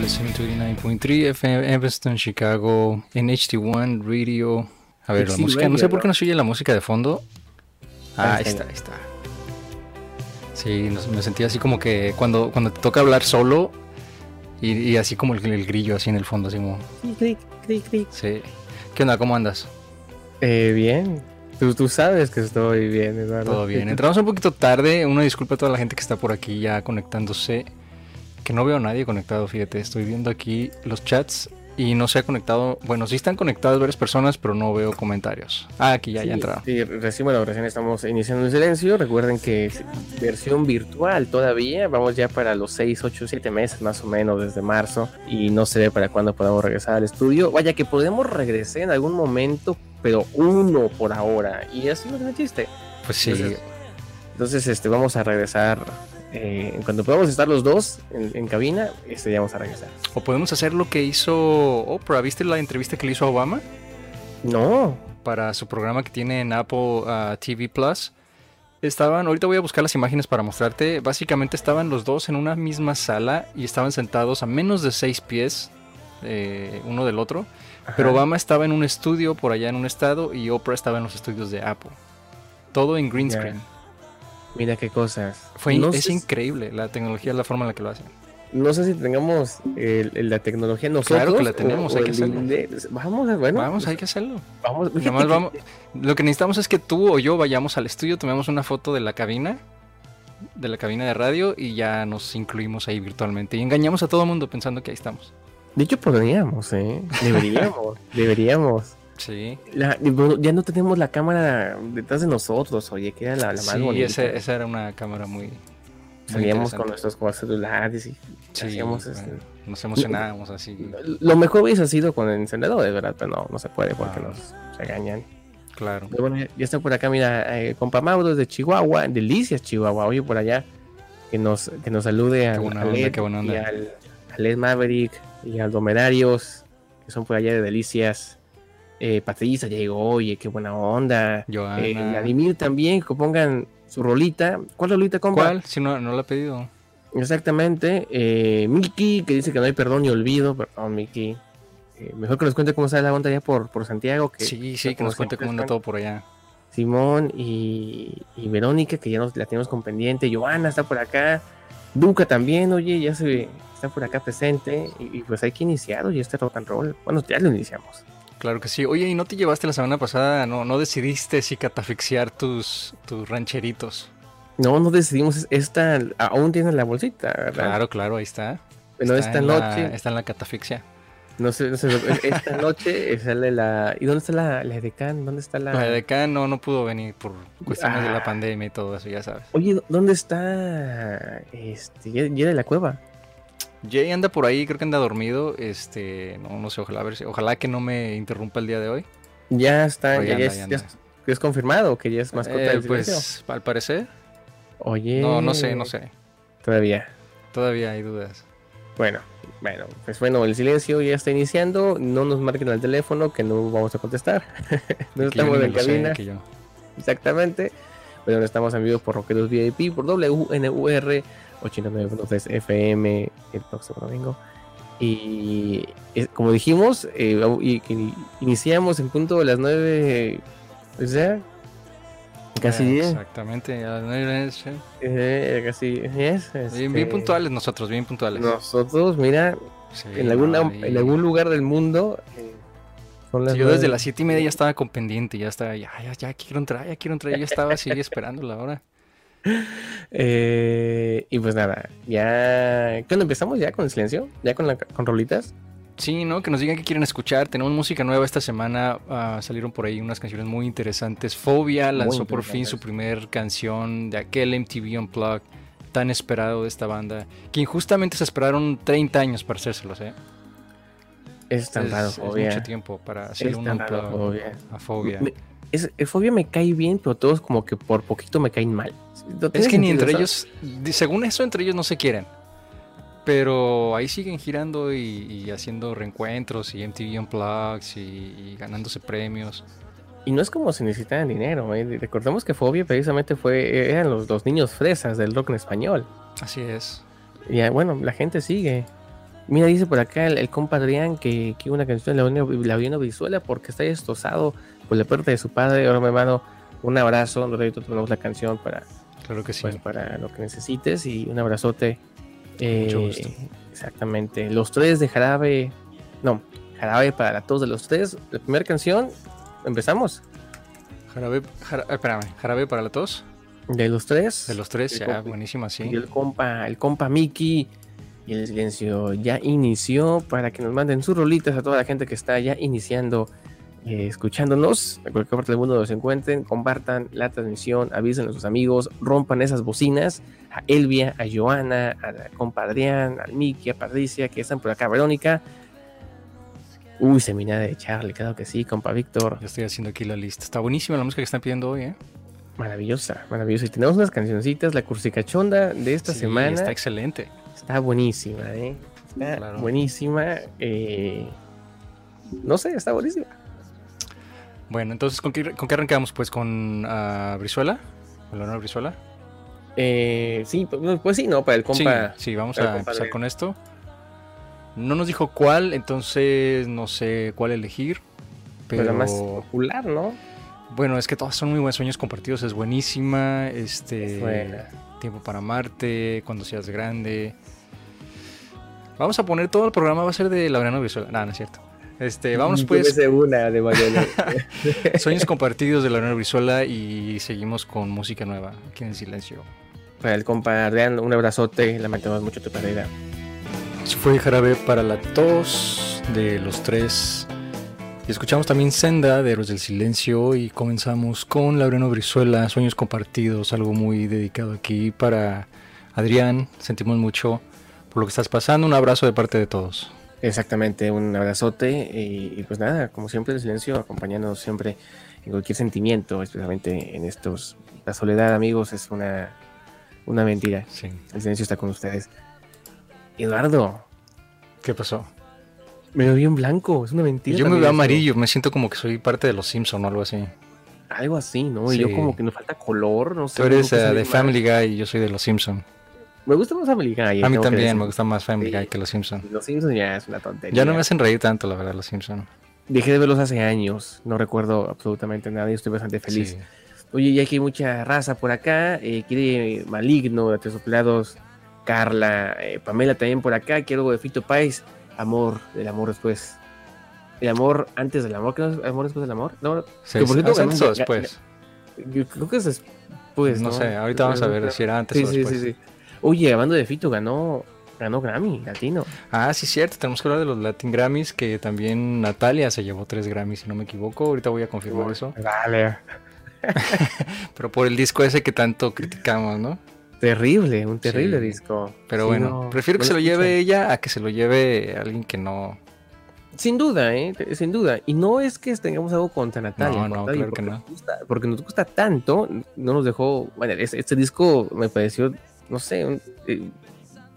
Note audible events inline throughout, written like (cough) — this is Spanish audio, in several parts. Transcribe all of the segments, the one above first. Listen to 89.3 FM, Evanston, Chicago, en HD1 Radio. A ver, la HD música, no sé Radio, por qué ¿no? no se oye la música de fondo. Ah, Ahí ahí está, está. ahí está. Sí, nos- me sentía así como que cuando, cuando te toca hablar solo y, y así como el, el grillo así en el fondo, así como, Clic, clic, clic. sí. ¿Qué onda? ¿Cómo andas? Eh, bien. Tú, tú sabes que estoy bien, Eduardo. Todo (laughs) bien. Entramos un poquito tarde. Una disculpa a toda la gente que está por aquí ya conectándose. Que no veo a nadie conectado, fíjate. Estoy viendo aquí los chats y no se ha conectado. Bueno, sí están conectadas varias personas, pero no veo comentarios. Ah, aquí ya, Sí, ya entraron. Sí, recién, bueno, recién estamos iniciando en silencio. Recuerden que es versión virtual todavía. Vamos ya para los 6, 8, 7 meses más o menos desde marzo. Y no se ve para cuándo podamos regresar al estudio. Vaya que podemos regresar en algún momento, pero uno por ahora. Y así no tiene chiste. Pues sí. Entonces, entonces, este, vamos a regresar. eh, en cuanto podamos estar los dos en, en cabina, este, ya vamos a regresar. O podemos hacer lo que hizo Oprah. ¿Viste la entrevista que le hizo a Obama No, para su programa que tiene en Apple ah, TV Plus? Estaban, ahorita voy a buscar las imágenes para mostrarte. Básicamente estaban los dos en una misma sala y estaban sentados a menos de seis pies eh, uno del otro. Pero Ajá. Obama estaba en un estudio por allá en un estado y Oprah estaba en los estudios de Apple. Todo en green Ya. screen. Mira qué cosas. Fue, no, es sé, si- increíble la tecnología, la forma en la que lo hacen. no sé si tengamos el- el- la tecnología nosotros. Claro que la o- tenemos, o hay que el hacerla. de- Vamos, a- bueno. vamos, pues, hay que hacerlo. vamos, fíjate Nomás que- vamos- Lo que necesitamos es que tú o yo vayamos al estudio, tomemos una foto de la cabina, de la cabina de radio y ya nos incluimos ahí virtualmente. Y engañamos a todo el mundo pensando que ahí estamos. De hecho, podríamos, ¿eh? (laughs) Deberíamos, deberíamos. Sí, La- bueno, ya no tenemos la cámara detrás de nosotros, oye, que era la, la más sí bonita. esa, esa era una cámara muy... muy Salíamos con interesante. nuestros cuatro celulares y Sí, hacíamos, bueno, este- nos emocionábamos así. Lo mejor hubiese sido con el encendedor, de verdad, pero no, no se puede porque Ah. nos regañan. Claro. Pero bueno, ya, ya está por acá, mira, eh, compa Mauro de Chihuahua, Delicias Chihuahua, oye por allá, que nos, que nos salude al- a, buena onda, Led qué buena onda. y al, a Led Maverick y al Domerarios, que son por allá de Delicias. Eh, Patricia llegó, oye, qué buena onda. Joana. Eh, Vladimir también, que pongan su rolita. ¿Cuál rolita, compa? ¿Cuál? Si no, no la he pedido. Exactamente. Eh, Miki, que dice que no hay perdón ni olvido. Perdón, Miki. Eh, mejor que nos cuente cómo está la onda allá por, por Santiago. Que Sí, sí, que nos cuente cómo anda todo por allá. Simón y, y Verónica, que ya nos, la tenemos con pendiente. Giovanna está por acá. Duca también, oye, ya se ve, está por acá presente. Y, y pues hay que iniciar, oye, este rock and roll. Bueno, ya lo iniciamos. Claro que sí. Oye, ¿y no te llevaste la semana pasada? ¿No, no decidiste si catafixiar tus, tus rancheritos? No, no decidimos esta, aún tiene la bolsita, ¿verdad? Claro, claro, ahí está. Pero Está esta en la- noche, está en la catafixia. no (laughs) sé, no sé, esta noche sale la... ¿Y dónde está la, la edecán? ¿Dónde está la...? La de acá no, no pudo venir por cuestiones de la Ah. pandemia y todo eso, ya sabes. Oye, ¿dó- ¿dónde está este Jedi Jedi de la cueva? Jay anda por ahí, creo que anda dormido. Este, no, no sé, ojalá, a ver si- ojalá que no me interrumpa el día de hoy. Ya está, Pero ya ya, ya anda, es, ya ya es- ya es confirmado que ya es mascota Eh, del silencio. pues, al parecer. Oye. No, no sé, no sé. Todavía. Todavía hay dudas. Bueno, bueno, pues bueno, el silencio ya está iniciando. No nos marquen al teléfono que no vamos a contestar. (laughs) no Que yo ni estamos me en lo sé, cabina, que yo- exactamente. Pero no estamos en vivo por Rockeros VIP, por WNUR 89.3 FM el próximo domingo. Y es- como dijimos, eh, vamos- y, y- iniciamos en punto de las 9, o sea, casi Eh, 10. Exactamente. a las nueve, sí. eh, casi 10. Bien, este, bien puntuales nosotros, bien puntuales. Nosotros, mira, Sí, en, alguna, no, en y- algún lugar del mundo. eh, son las Sí, yo desde nueve. las siete y media ya estaba con pendiente, ya estaba, ya, ya, ya quiero entrar, ya quiero entrar, yo estaba así esperando la hora. Eh, y pues nada, ya. ¿Cuándo empezamos ya con el silencio? ¿Ya con, la, con rolitas? Sí, ¿no? Que nos digan que quieren escuchar. Tenemos música nueva esta semana. ah, salieron por ahí unas canciones muy interesantes. Fobia Muy lanzó por fin interesantes. su primer canción de aquel MTV Unplugged tan esperado de esta banda, que injustamente se esperaron 30 años para hacérselos, ¿eh? Es tan es, raro, es fobia. mucho tiempo para hacer Es un tan raro, Unplugged fobia. a Fobia. Me- es, el fobia me cae bien, pero todos como que por poquito me caen mal. No tiene Es que ni sentido, entre ¿sabes? ellos, di- según eso, entre ellos no se quieren. Pero ahí siguen girando y, y haciendo reencuentros y MTV Unplugged y, y ganándose premios. Y no es como si necesitaran dinero. ¿eh? Recordemos que fobia precisamente fue eran los, los niños fresas del rock en español. Así es. Y ah, bueno, la gente sigue. Mira, dice por acá el, el compa Adrián que, que una canción la vio la vio en Brizuela porque está destrozado por la pérdida de su padre. Ahora, mi hermano, un abrazo. Nosotros te ponemos la canción para, Claro que sí. pues, para lo que necesites y un abrazote. Eh, Mucho gusto. Exactamente. Los tres de Jarabe. No, Jarabe para todos de los tres. La primera canción, empezamos. Jarabe, jara- ah, espérame, jarabe para la tos. De los tres. De los tres, Sí, ya, compi. buenísima, sí. Y el compa, el compa Mickey y el silencio ya inició para que nos manden sus rolitas a toda la gente que está ya iniciando eh, escuchándonos. A cualquier parte del mundo nos encuentren, compartan la transmisión, avisen a sus amigos, rompan esas bocinas a Elvia, a Joana, a la compa Adrián, al Mickey, a Patricia, que están por acá, Verónica. Uy, seminario de Charlie, claro que sí, compa Víctor. Yo estoy haciendo aquí la lista. Está buenísima la música que están pidiendo hoy, ¿eh? Maravillosa, maravillosa. Y tenemos unas cancioncitas, la cursicachonda de esta Sí, semana. Está excelente. Está buenísima, ¿eh? Está Claro. buenísima. eh, No sé, está buenísima. Bueno, entonces, ¿con qué, con qué arrancamos? Pues con ah, Brizuela. ¿Con Leonor Brizuela? Eh, sí, pues, no, pues sí, no, para el compa. Sí, sí, vamos el a compa empezar Adrián. con esto. No nos dijo cuál, entonces no sé cuál elegir. pero... Pero la Pues más popular, ¿no? bueno, es que todas son muy buenos sueños compartidos. Es buenísima. Este. Es buena. Tiempo para amarte, cuando seas grande. Vamos a poner todo el programa, va a ser de Laureano Brizuela. No, no es cierto. Este, vamos Yo pues, pensé una de Mariana. (laughs) sueños compartidos de Laureano Brizuela y seguimos con música nueva aquí en silencio. para el compa Adrián, un abrazote. Lamentamos mucho tu pérdida. Eso fue Jarabe para la tos de los tres. Y escuchamos también Senda de Héroes del Silencio y comenzamos con Laureano Brizuela, Sueños Compartidos, algo muy dedicado aquí para Adrián. Sentimos mucho por lo que estás pasando. Un abrazo de parte de todos. Exactamente, un abrazote. Y, y pues nada, como siempre, el silencio acompañándonos siempre en cualquier sentimiento, especialmente en estos. La soledad, amigos, es una, una mentira. Sí. El silencio está con ustedes. Eduardo, ¿Qué pasó? Me veo bien blanco, es una mentira. Yo me también veo eso. amarillo, me siento como que soy parte de los Simpson o algo así. Algo así, ¿no? Y Sí. yo como que nos falta color, no sé. Tú eres no sé eh, si de mal. Family Guy y yo soy de los Simpson. Me gusta más Family Guy. eh, A mí tengo que también decir. me gusta más Family Sí. Guy que los Simpson. Los Simpsons ya es una tontería. Ya no me hacen reír tanto, la verdad, los Simpson. Dejé de verlos hace años, no recuerdo absolutamente nada y estoy bastante feliz. Sí. Oye, ya que hay mucha raza por acá, eh, quiere Maligno, de Tres Soplados, Carla, eh, Pamela también por acá, quiero algo de Fito Páez, Amor, el amor después. El amor antes del amor, ¿qué no es amor después del amor? No, Sí, Que por sí. cierto, Ah, ganó- Santos, ga- pues. yo creo que es pues no, sé, ahorita vamos a ver si era antes Sí, o sí, sí, después. sí. Oye, hablando de Fito, ganó, ganó Grammy latino. Ah, sí, cierto. Tenemos que hablar de los Latin Grammys, que también Natalia se llevó tres Grammys, si no me equivoco. Ahorita voy a confirmar eso. Vale. Pero por el disco ese que tanto criticamos, ¿no? Terrible, un terrible Sí. disco. Pero Sí, bueno, no, prefiero que no se lo lleve escuché. ella a que se lo lleve alguien que no. Sin duda, ¿eh? Te- Sin duda. Y no es que tengamos algo contra Natalia. No, no, contra claro porque que no. Nos gusta, porque nos gusta tanto, no nos dejó... Bueno, es- este disco me pareció, no sé, un- eh,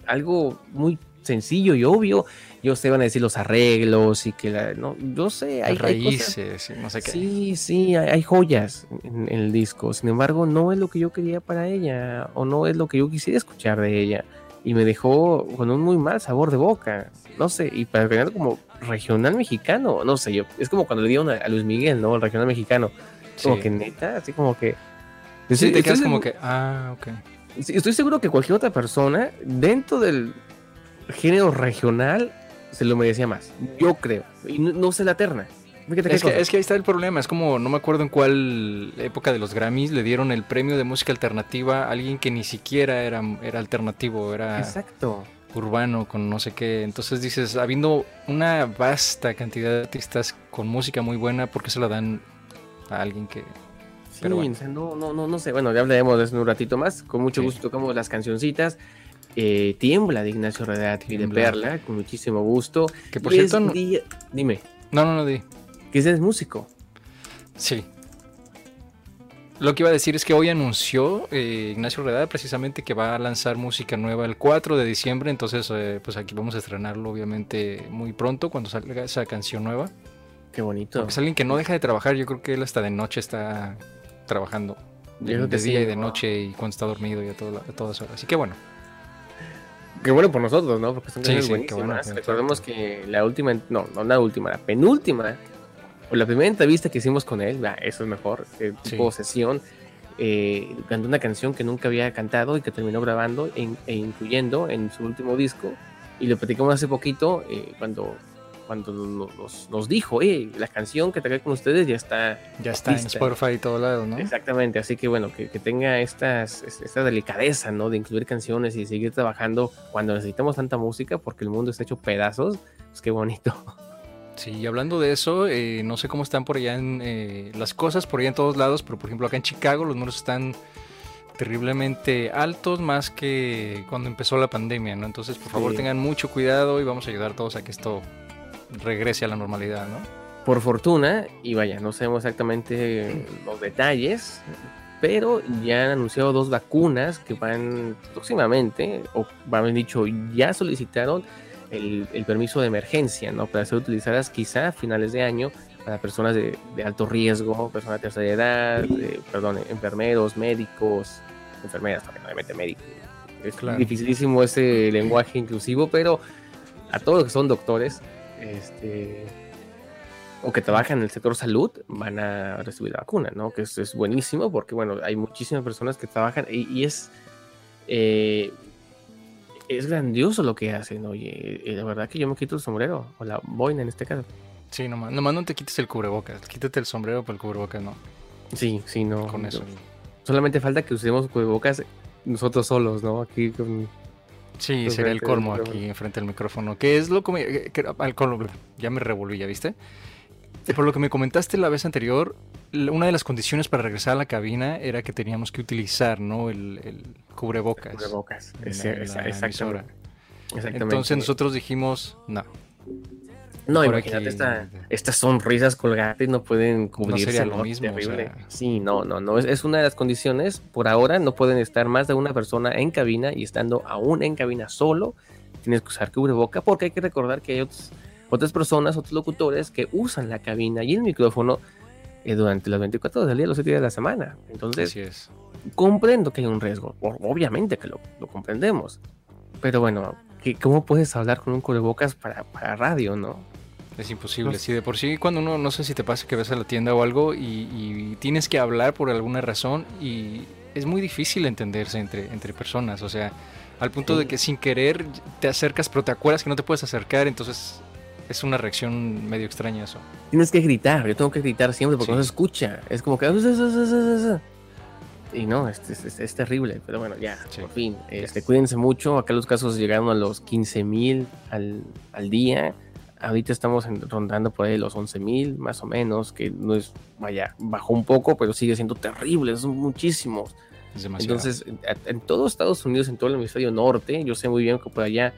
algo muy sencillo y obvio. Yo sé, van a decir los arreglos y que la... No, yo sé, hay, hay cosas- raíces, y no sé qué. Sí, sí, hay, hay joyas en, en el disco. Sin embargo, no es lo que yo quería para ella o no es lo que yo quisiera escuchar de ella. Y me dejó con un muy mal sabor de boca. No sé, y para el final como regional mexicano, no sé, yo es como cuando le dieron a, a Luis Miguel, ¿no? El regional mexicano. Como Sí. que neta, así como que... Sí, te Estoy quedas como seguro- que, ah, ok. Sí, Estoy seguro que cualquier otra persona dentro del género regional se lo merecía más. Yo creo. Y no, no sé la terna. Fíjate qué Es cosa. que, es que ahí está el problema. Es como, no me acuerdo en cuál época de los Grammys le dieron el premio de música alternativa a alguien que ni siquiera era, era alternativo, era. Exacto. urbano, con no sé qué. Entonces dices, habiendo una vasta cantidad de artistas con música muy buena, ¿por qué se la dan a alguien que... Sí, Pero bueno. o sea, no, no, no, no sé. Bueno, ya hablaremos de eso en un ratito más. Con mucho Sí. gusto tocamos las cancioncitas. Eh, Tiembla de Ignacio Redati y de Tiembla. Perla, con muchísimo gusto. Que por Y es cierto... No, día- Dime, no, no, no, di. que ese es músico. Sí. Lo que iba a decir es que hoy anunció eh, Ignacio Redada precisamente que va a lanzar música nueva el 4 de diciembre, entonces eh, pues aquí vamos a estrenarlo obviamente muy pronto cuando salga esa canción nueva. Qué bonito. Porque es alguien que no deja de trabajar, yo creo que él hasta de noche está trabajando. Yo De, creo que de sí, día y de ¿no? noche y cuando está dormido y a, todo la- a todas horas. Así que bueno. Qué bueno por nosotros, ¿no? Porque son Sí, canciones sí, qué buenísimas. bueno, exacto. Recordemos que la última, no, no la última, la penúltima, o la primera entrevista que hicimos con él, ah, eso es mejor, eh, Sí. tipo sesión, eh, cantó una canción que nunca había cantado y que terminó grabando e, in- e incluyendo en su último disco. Y lo platicamos hace poquito eh, cuando, cuando no- nos, nos dijo, eh, la canción que tragué con ustedes ya está Ya está en Lista. Spotify y todo lado, ¿no? Exactamente, así que bueno, que, que tenga estas, es- esta delicadeza, ¿no? De incluir canciones y seguir trabajando cuando necesitamos tanta música porque el mundo está hecho pedazos, pues qué bonito. (laughs) Sí, y hablando de eso, eh, no sé cómo están por allá en, eh, las cosas, por allá en todos lados, pero por ejemplo acá en Chicago los números están terriblemente altos, más que cuando empezó la pandemia, ¿no? Entonces, por favor, Sí. tengan mucho cuidado y vamos a ayudar todos a que esto regrese a la normalidad, ¿no? Por fortuna, y vaya, no sabemos exactamente los detalles, pero ya han anunciado dos vacunas que van próximamente, o han dicho, ya solicitaron el, el permiso de emergencia, ¿no? Para ser utilizadas quizá a finales de año para personas de, de alto riesgo, personas de tercera edad, eh, perdón, enfermeros, médicos, enfermeras también, obviamente médicos. Es Claro. dificilísimo ese lenguaje inclusivo, pero a todos los que son doctores, este, o que trabajan en el sector salud van a recibir la vacuna, ¿no? Que es, es buenísimo porque, bueno, hay muchísimas personas que trabajan y, y es, eh, es grandioso lo que hacen, oye. Y la verdad que yo me quito el sombrero, o la boina en este caso. Sí, nomás, nomás no te quites el cubrebocas, quítate el sombrero, pero el cubrebocas no, Sí, sí, no. con eso. Solamente falta que usemos cubrebocas nosotros solos, ¿no? Aquí con... Sí, Enfrente sería el del colmo micrófono. aquí enfrente del micrófono. Que es lo que, me- eh, que- al colmo- ya me revolví, ¿ya viste? Por lo que me comentaste la vez anterior, la- una de las condiciones para regresar a la cabina era que teníamos que utilizar, ¿no? El, el cubrebocas. cubrebocas. en la- Es- en es- la emisora. exactamente. Exactamente. Entonces nosotros dijimos, no, No, Por imagínate aquí- esta- estas sonrisas colgantes no pueden cubrirse. sería lo ¿no? mismo, o Terrible. sea. Sí, no, no, no. Es, es una de las condiciones. Por ahora no pueden estar más de una persona en cabina y estando aún en cabina solo, tienes que usar cubreboca porque hay que recordar que hay otros- otras personas, otros locutores que usan la cabina y el micrófono eh, durante las 24 horas del día, los 7 días de la semana. Entonces, así es. comprendo que hay un riesgo, o- obviamente que lo, lo comprendemos. Pero bueno, ¿qué- ¿cómo puedes hablar con un cubrebocas para, para radio, no? Es imposible. No Si de por sí, cuando uno, no sé si te pasa que vas a la tienda o algo y, y tienes que hablar por alguna razón y es muy difícil entenderse entre, entre personas. O sea, al punto de Sí. que sin querer te acercas, pero te acuerdas que no te puedes acercar, entonces es una reacción medio extraña eso. Tienes que gritar, yo tengo que gritar siempre porque Sí. no se escucha. Es como que. "Ah, Y no, es, es- es- es terrible, pero bueno, ya, Sí. por fin. Este, Yes. Cuídense mucho, acá los casos llegaron a los 15 mil al, al día. Ahorita estamos en- rondando por ahí los 11 mil, más o menos, que no es, vaya, bajó un poco, pero sigue siendo terrible, son muchísimos. Es demasiado. Entonces, en, en todo Estados Unidos, en todo el hemisferio norte, yo sé muy bien que por allá,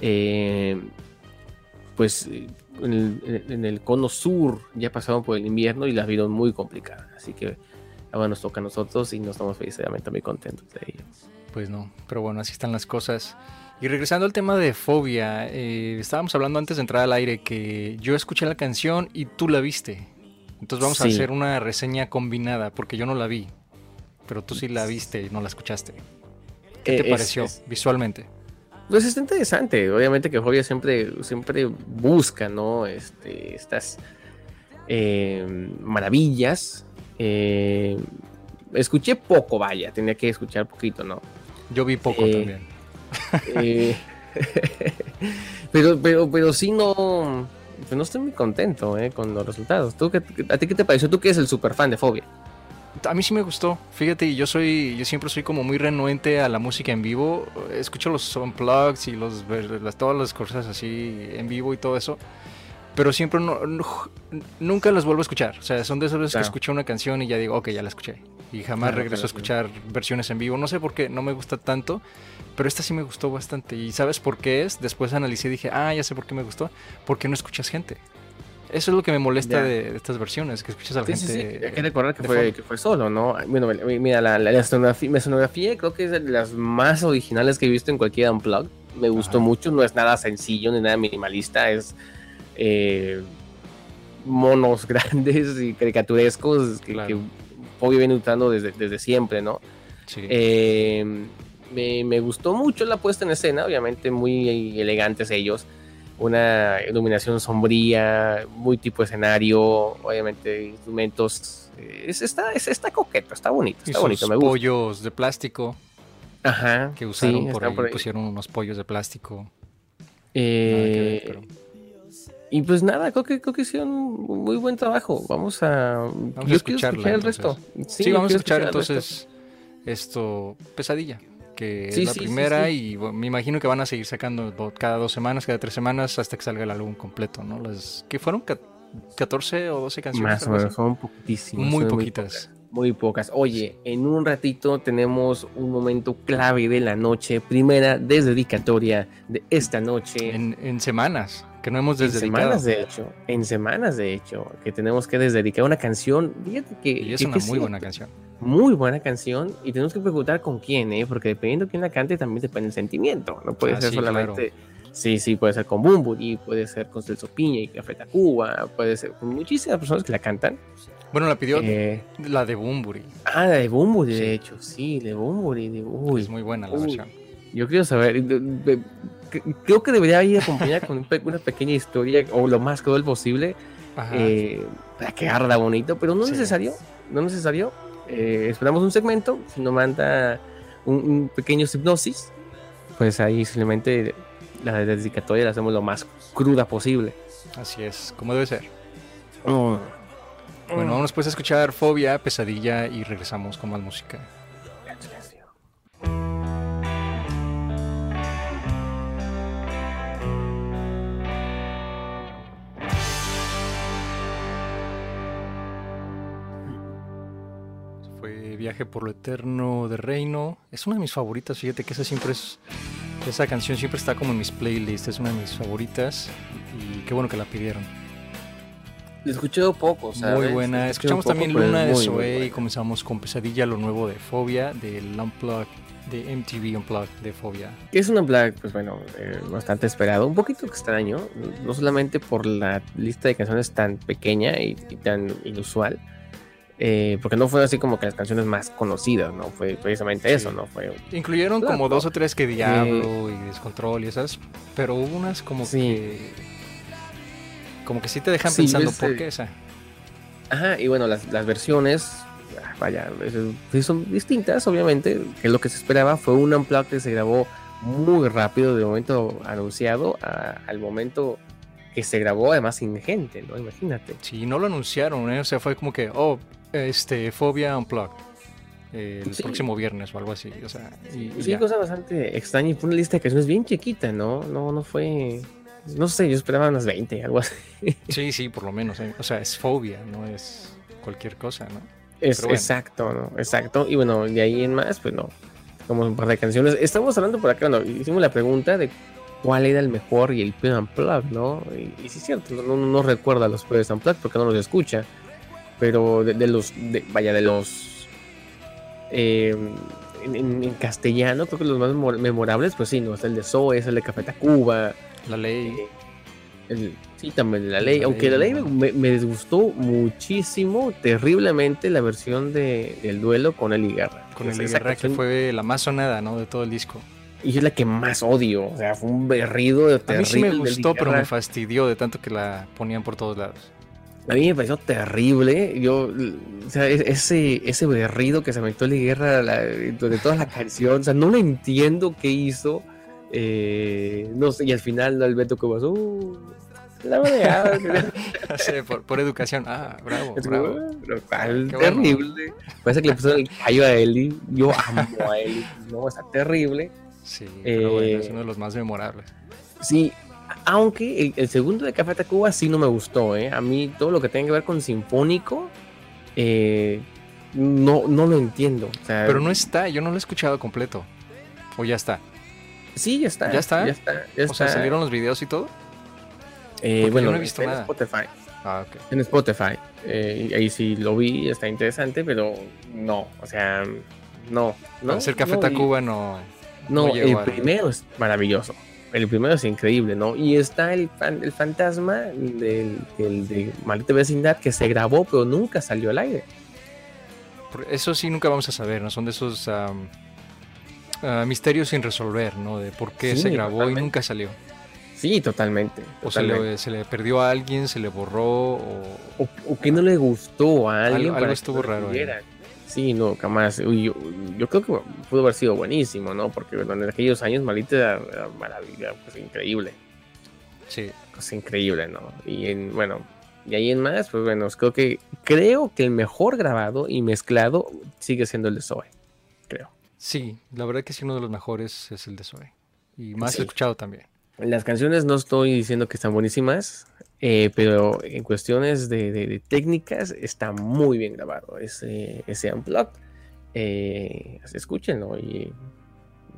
eh, pues eh, en el, en el cono sur ya pasaron por el invierno y las vieron muy complicadas. Así que ahora nos toca a nosotros y nos estamos felicidamente muy contentos de ello. Pues no, pero bueno, así están las cosas. Y regresando al tema de fobia, eh, estábamos hablando antes de entrar al aire que yo escuché la canción y tú la viste. Entonces vamos a Sí. hacer una reseña combinada porque yo no la vi, pero tú sí la viste y no la escuchaste. ¿Qué Eh, te es- pareció es- visualmente? Pues está interesante, obviamente que Fobia siempre, siempre busca, ¿no? Este, estas eh, maravillas. Eh, escuché poco, vaya, tenía que escuchar poquito, ¿no? Yo vi poco Eh, también. Eh, (laughs) pero, pero, pero sí no. pues no estoy muy contento eh, con los resultados. ¿Tú qué- ¿A ti qué te pareció? Tú que eres el super fan de Fobia. A mí sí me gustó. Fíjate, y yo soy, yo siempre soy como muy renuente a la música en vivo. Escucho los unplugs y los, ver- las, todas las cosas así en vivo y todo eso. Pero siempre no, no- nunca las vuelvo a escuchar. O sea, son de esas veces Claro. que escucho una canción y ya digo, ok, ya la escuché. Y jamás Claro, regreso a escuchar claro, versiones en vivo. No sé por qué, no me gusta tanto. Pero esta sí me gustó bastante. ¿Y sabes por qué es? Después analicé y dije, ah, ya sé por qué me gustó. Porque no escuchas gente. Eso es lo que me molesta Ya. de, de estas versiones, que escuchas a la Sí, gente. sí, sí. Hay que eh, recordar que de fue, fondo. que fue solo, ¿no? Bueno, mira, la, la, la sonografi- la sonografía creo que es de las más originales que he visto en cualquier Unplugged. Me gustó Ajá. mucho, no es nada sencillo ni nada minimalista, es eh, monos (laughs) grandes y caricaturescos que, Claro. que Fobia viene usando desde, desde siempre, ¿no? sí. Eh, me, me gustó mucho la puesta en escena, obviamente muy elegantes ellos. Una iluminación sombría, muy tipo escenario, obviamente instrumentos. eh, Es, está, es, está coqueto, está bonito, Y está sus bonito, me gusta. pollos de plástico Ajá, que sí, usaron por, están ahí, pusieron unos pollos de plástico. nada que ver, Eh, pero Y pues nada, creo que, creo que hicieron un muy buen trabajo. Vamos a. a yo quiero escucharla, escuchar el entonces. resto. sí, yo vamos a quiero escuchar el resto. entonces esto, Pesadilla, que Sí, es la sí, sí, primera sí. y bueno, me imagino que van a seguir sacando do- cada dos semanas, cada tres semanas, hasta que salga el álbum completo, ¿no? Las que fueron ca- 14 o 12 canciones. Más o algo así. menos, son poquitísimas. Muy son poquitas. Muy pocas. Oye, en un ratito tenemos un momento clave de la noche. Primera desdedicatoria de esta noche. En, en semanas, que no hemos En desdedicado. semanas, de hecho. En semanas, de hecho. Que tenemos que desdedicar una canción. Fíjate que. Y es que- una que muy sí, buena canción. Muy buena canción. Y tenemos que preguntar con quién, ¿eh? Porque dependiendo de quién la cante, también depende el sentimiento. No puede Ah, ser sí, solamente. Sí, sí, puede ser con Bumburi, puede ser con Celso Piña y Café Tacuba, puede ser con muchísimas personas que la cantan. Bueno, la pidió Eh, la de Bumburi. ah, la de Bumburi, Sí. de hecho, sí, de Bumburi. De, uy, Es muy buena la uy. versión. Yo quiero saber. de- de- cre- creo que debería ir acompañada con un pe- una pequeña historia o lo más cruel posible Ajá. eh, para que arda bonito, pero no Sí. necesario, no necesario. Eh, esperamos un segmento, si nos manda un, un pequeño hipnosis, pues ahí simplemente la dedicatoria la hacemos lo más cruda posible. Así es, como debe ser. Oh. Bueno, vamos pues a escuchar Fobia, Pesadilla y regresamos con más música. Fue Viaje por lo Eterno de Reino. Es una de mis favoritas, fíjate que esa siempre es. Esa canción siempre está como en mis playlists, es una de mis favoritas. Y qué bueno que la pidieron. Lo escuché poco, Muy buena. Escuchamos también Luna de Zoe y Zoe comenzamos con Pesadilla, lo nuevo de Fobia, del Unplugged, de MTV Unplugged de Fobia. Es una black, pues bueno, eh, bastante esperado, un poquito extraño, no solamente por la lista de canciones tan pequeña y, y tan inusual, eh, porque no fue así como que las canciones más conocidas, ¿no? Fue precisamente Sí. eso, ¿no? Fue Incluyeron Claro. como dos o tres que Diablo y Descontrol y esas, pero hubo unas como Sí. que. Como que sí te dejan Sí, pensando ves, por eh, qué esa. Ajá, y bueno, las, las versiones, ah, vaya, es- sí son distintas, obviamente, que lo que se esperaba fue un unplug que se grabó muy rápido, de momento anunciado a- al momento que se grabó, además sin gente, ¿no? Imagínate. Sí, no lo anunciaron, ¿eh? O sea, fue como que, oh, este, Fobia Unplugged. eh, El Sí. próximo viernes o algo así. O sea, y- y Pues Sí, ya. cosa bastante extraña, y fue una lista de canciones bien chiquita, ¿no? No, no fue, no sé, yo esperaba unas 20, algo así. sí, sí, por lo menos. ¿eh? O sea, es fobia, no es cualquier cosa, ¿no? Es, Pero bueno. Exacto, ¿no? Exacto. Y bueno, de ahí en más, pues no. Como un par de canciones. Estamos hablando por acá, bueno, hicimos la pregunta de cuál era el mejor y el peor unplug, ¿no? Y, y sí es cierto, no, no, no recuerda los peores unplug porque no los escucha. Pero de, de los, de- vaya, de los... eh, en, en- en castellano, creo que los más memor- memorables, pues sí, ¿no? Es el de Zoe, es el de Café Tacuba. La ley. Eh, el- sí, también de la ley. La Aunque la ley, ley me, ajá. me- me desgustó muchísimo, terriblemente, la versión de, del duelo con el Igarra. Con el Esa- esa Guerra, que canción- fue la más sonada, ¿no? De todo el disco. Y es la que más odio. O sea, fue un berrido A terrible. mí sí me del gustó, pero Igarra. me fastidió de tanto que la ponían por todos lados. (laughs) A mí me pareció terrible. Yo, o sea, e- ese, ese berrido que se metió la guerra la- de toda la canción. O sea, no lo entiendo qué hizo. Eh, no sé, y al final Alberto que pasó. "Uh, la ah, madreada, (laughs) Ya sé, por, por educación. Ah, bravo, Es como, bravo. "Ah, pero tal, Qué bueno". terrible. Parece que le pusieron el callo a Eli. Yo amo (laughs) a Eli. No, está terrible. Sí, pero bueno, es Eh, uno de los más memorables. Sí, aunque el, el segundo de Café Tacuba sí no me gustó. ¿eh? A mí todo lo que tenga que ver con Sinfónico, eh, no, no lo entiendo. O sea, Pero no está, yo no lo he escuchado completo. O ya está. Sí, ya está. ¿Ya está? Ya está. ya O sea, está. salieron los videos y todo. Eh, porque yo bueno, no he visto está en nada. Spotify. Ah, ok. En Spotify. Eh, y ahí sí lo vi, está interesante, pero no. O sea, no. no Para ser Café no, y- Tacuba no. No, Oye, el Juan. primero es maravilloso. El primero es increíble, ¿no? Y está el, fan- el fantasma del, del- de Maldita Vecindad que se grabó, pero nunca salió al aire. Por- Eso sí, nunca vamos a saber, ¿no? Son de esos am, ah, misterios sin resolver, ¿no? De por qué Sí, se grabó totalmente. y nunca salió. Sí, totalmente. O se totalmente. le, se le perdió a alguien, se le borró, o... O, o que no le gustó a alguien. Algo- para algo que estuvo lo raro ahí. tuvieran. Sí, no, jamás. Uy, Yo, yo creo que pudo haber sido buenísimo, ¿no? Porque bueno, en aquellos años Malita era, era maravilla, pues increíble. Sí, Pues increíble, ¿no? Y en, bueno, y ahí en más, pues bueno, creo que, creo que el mejor grabado y mezclado sigue siendo el de Zoe. Creo. sí, la verdad que sí, uno de los mejores es el de Zoe. Y más Sí. escuchado también. Las canciones no estoy diciendo que están buenísimas, eh, pero en cuestiones de, de- de técnicas está muy bien grabado ese, ese Unplugged. Eh, escúchenlo y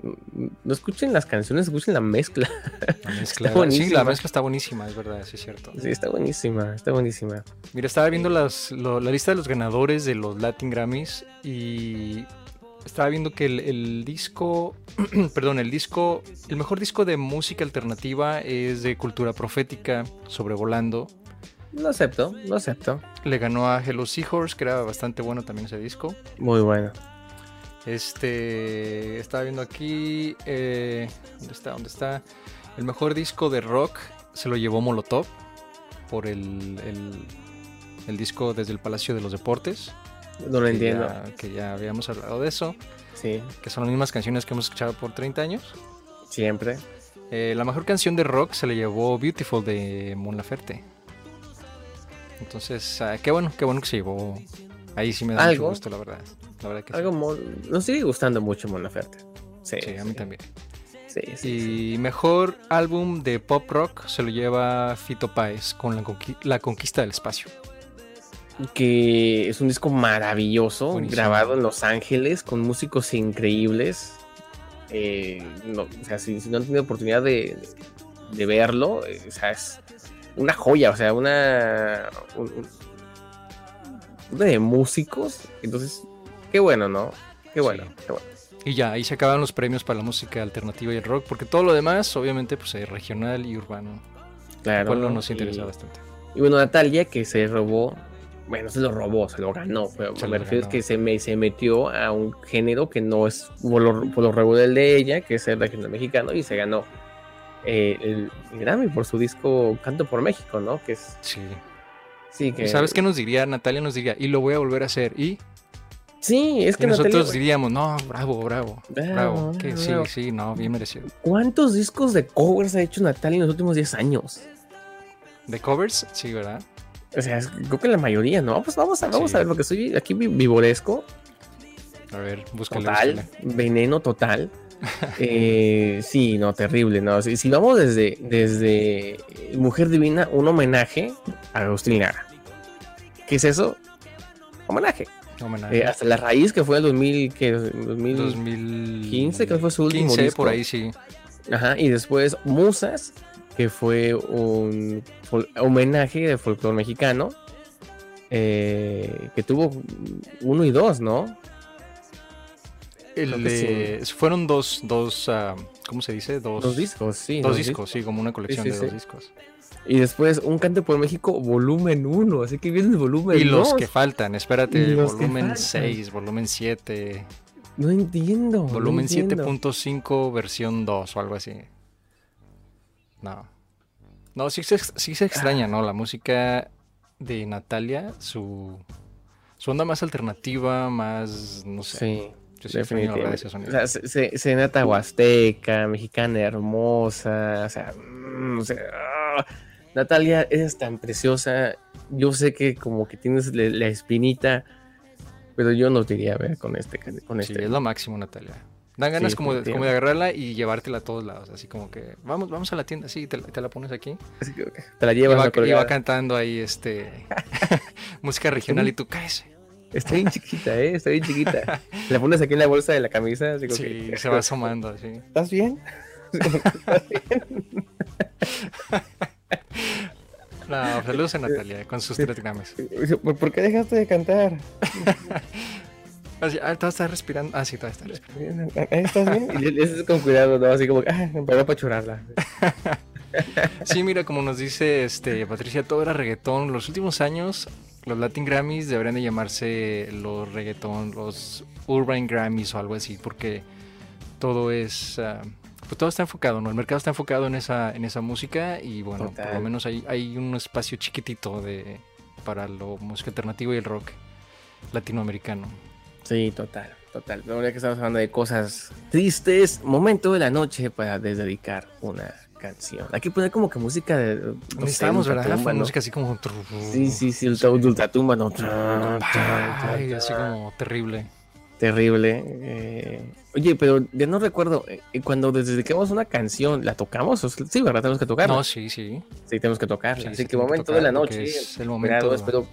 mm, no escuchen las canciones, escuchen la mezcla. (laughs) La mezcla- sí, buenísima. la mezcla está buenísima, es verdad, sí es cierto. Sí, está buenísima, está buenísima. Mira, estaba viendo las, lo- la lista de los ganadores de los Latin Grammys y estaba viendo que el, el disco, (clears throat) perdón, el disco, el mejor disco de música alternativa es de Cultura Profética, Sobrevolando. Lo acepto, lo acepto. Le ganó a Hello Seahorse, que era bastante bueno también ese disco. Muy bueno. Este, estaba viendo aquí, eh, ¿dónde está? ¿Dónde está? El mejor disco de rock se lo llevó Molotov por el- el- el disco desde el Palacio de los Deportes. No lo que entiendo. ya- que ya habíamos hablado de eso, Sí, que son las mismas canciones que hemos escuchado por 30 años. siempre. Eh, la mejor canción de rock se le llevó Beautiful de Mon Laferte. Entonces, ah, qué bueno, qué bueno que se llevó. Ahí sí me da Algo. mucho gusto, la verdad. La verdad que sí. Algo mo- nos sigue gustando mucho Mon Laferte. Sí, Sí, a mí también. Sí, sí, sí. Y mejor álbum de pop rock se lo lleva Fito Páez con la, Conqui- La Conquista del Espacio. que es un disco maravilloso, Buenísimo. grabado en Los Ángeles con músicos increíbles. Eh, no, o sea, si, si no han tenido oportunidad de, de verlo, eh, o sea, es una joya, o sea, una, un- un- una de músicos. Entonces, qué bueno, ¿no? Qué bueno, qué bueno. Y ya, ahí se acaban los premios para la música alternativa y el rock, porque todo lo demás, obviamente, pues es regional y urbano, lo Claro. cual no ¿no? nos Y- interesa bastante. Y bueno, Natalia, que se robó, bueno, se lo robó, se lo ganó, pero Se me lo refiero es ganó. que se, me, se metió a un género que no es por lo, por lo regular de ella, que es el regional mexicano, y se ganó eh, el, el Grammy por su disco Canto por México, ¿no? Que es, Sí. sí, que... ¿Y ¿Sabes qué nos diría? Natalia nos diría, y lo voy a volver a hacer. Y, Sí, es y que nosotros Natalia... Ah, diríamos, no, bravo, bravo, Bravo, bravo. Que sí, bravo. sí, no, bien merecido. ¿Cuántos discos de covers ha hecho Natalia en los últimos 10 años? ¿De covers? Sí, ¿verdad? O sea, es- creo que la mayoría, ¿no? Pues vamos a, vamos Sí. a ver, porque soy aquí vi- vivoresco. A ver, búscale. Total, búscale. (laughs) veneno total. Eh, sí, no, terrible, no. Si, si vamos desde, desde Mujer Divina, un homenaje a Agustín Lara. ¿Qué es eso? Homenaje. Homenaje. Eh, hasta la raíz que fue el 2000, que 2000, 2015, Eh, creo que fue su último 15, disco. por ahí sí. ajá, y después Musas, que fue un fol- homenaje de folclore mexicano, eh, que tuvo uno y dos, ¿no? El Creo que de- Fueron dos, dos ah, ¿cómo se dice? Dos, Dos discos, sí. dos discos, sí, como una colección sí, de sí. dos discos. Y después un canto por México volumen 1, así que viene el volumen Y 2. los que faltan, Pues Y espérate, los que volumen faltan. 6, volumen 7, No entiendo. volumen no entiendo. 7.5 versión 2 o algo así. No. No, sí se, ex- sí se extraña, ¿no? La música de Natalia, su, su onda más alternativa, más, no sé. Sí, yo sí extraño la verdad definitivamente. ese O sonido. sea, se- se- Serenata Huasteca, mexicana hermosa, o sea, mm, o sea, ah. Natalia, eres tan preciosa. Yo sé que como que tienes le- la espinita, pero yo no te iría a ver con este. Con Sí, este. es lo máximo, Natalia. Dan ganas Sí, como, de, como de definitivamente. agarrarla y llevártela a todos lados. Así como que, vamos, vamos a la tienda, sí, te, la- te la pones aquí. Así que Te la Y llevas va, a y va colgar. cantando ahí este (laughs) música regional y tú caes. Está bien chiquita, ¿eh? Está bien chiquita. (laughs) La pones aquí en la bolsa de la camisa. Así como Sí, que- se va asomando así. ¿Estás bien? (laughs) No, saludos a Natalia con sus tres gramos. ¿Por por qué dejaste de cantar? Así, ah, todavía está respirando. Ah, sí, todavía está respirando. ¿Estás bien? Y le- le haces con cuidado, ¿no? Así como, ah, me pagó para churarla. Sí, mira, como nos dice este Patricia, todo era reggaetón. Los últimos años, los Latin Grammys deberían de llamarse los reggaetón, los Urban Grammys o algo así, porque todo es... ah, pues todo está enfocado, ¿no? El mercado está enfocado en esa, en esa música y bueno, por Total. lo menos hay, hay un espacio chiquitito de, para la música alternativa y el rock latinoamericano. Sí, total, total. Pero ahora que estamos hablando de cosas tristes, momento de la noche para desdedicar una canción. Hay que poner como que música de. no sé, Necesitamos, ¿verdad? ultratumba, Fue ¿no? música así como... Sí, sí, sí, ultra, ultratumba, no. Ay, así como terrible. Terrible. eh. Oye, pero ya no recuerdo, eh, cuando desdedicamos una canción, ¿la tocamos? O sea, Sí, ¿verdad? Tenemos que tocarla. No, sí, sí. Sí, tenemos que tocarla. Sí, Así sí, que tengo que momento de la tocarla porque noche. es el esperado, momento. espero-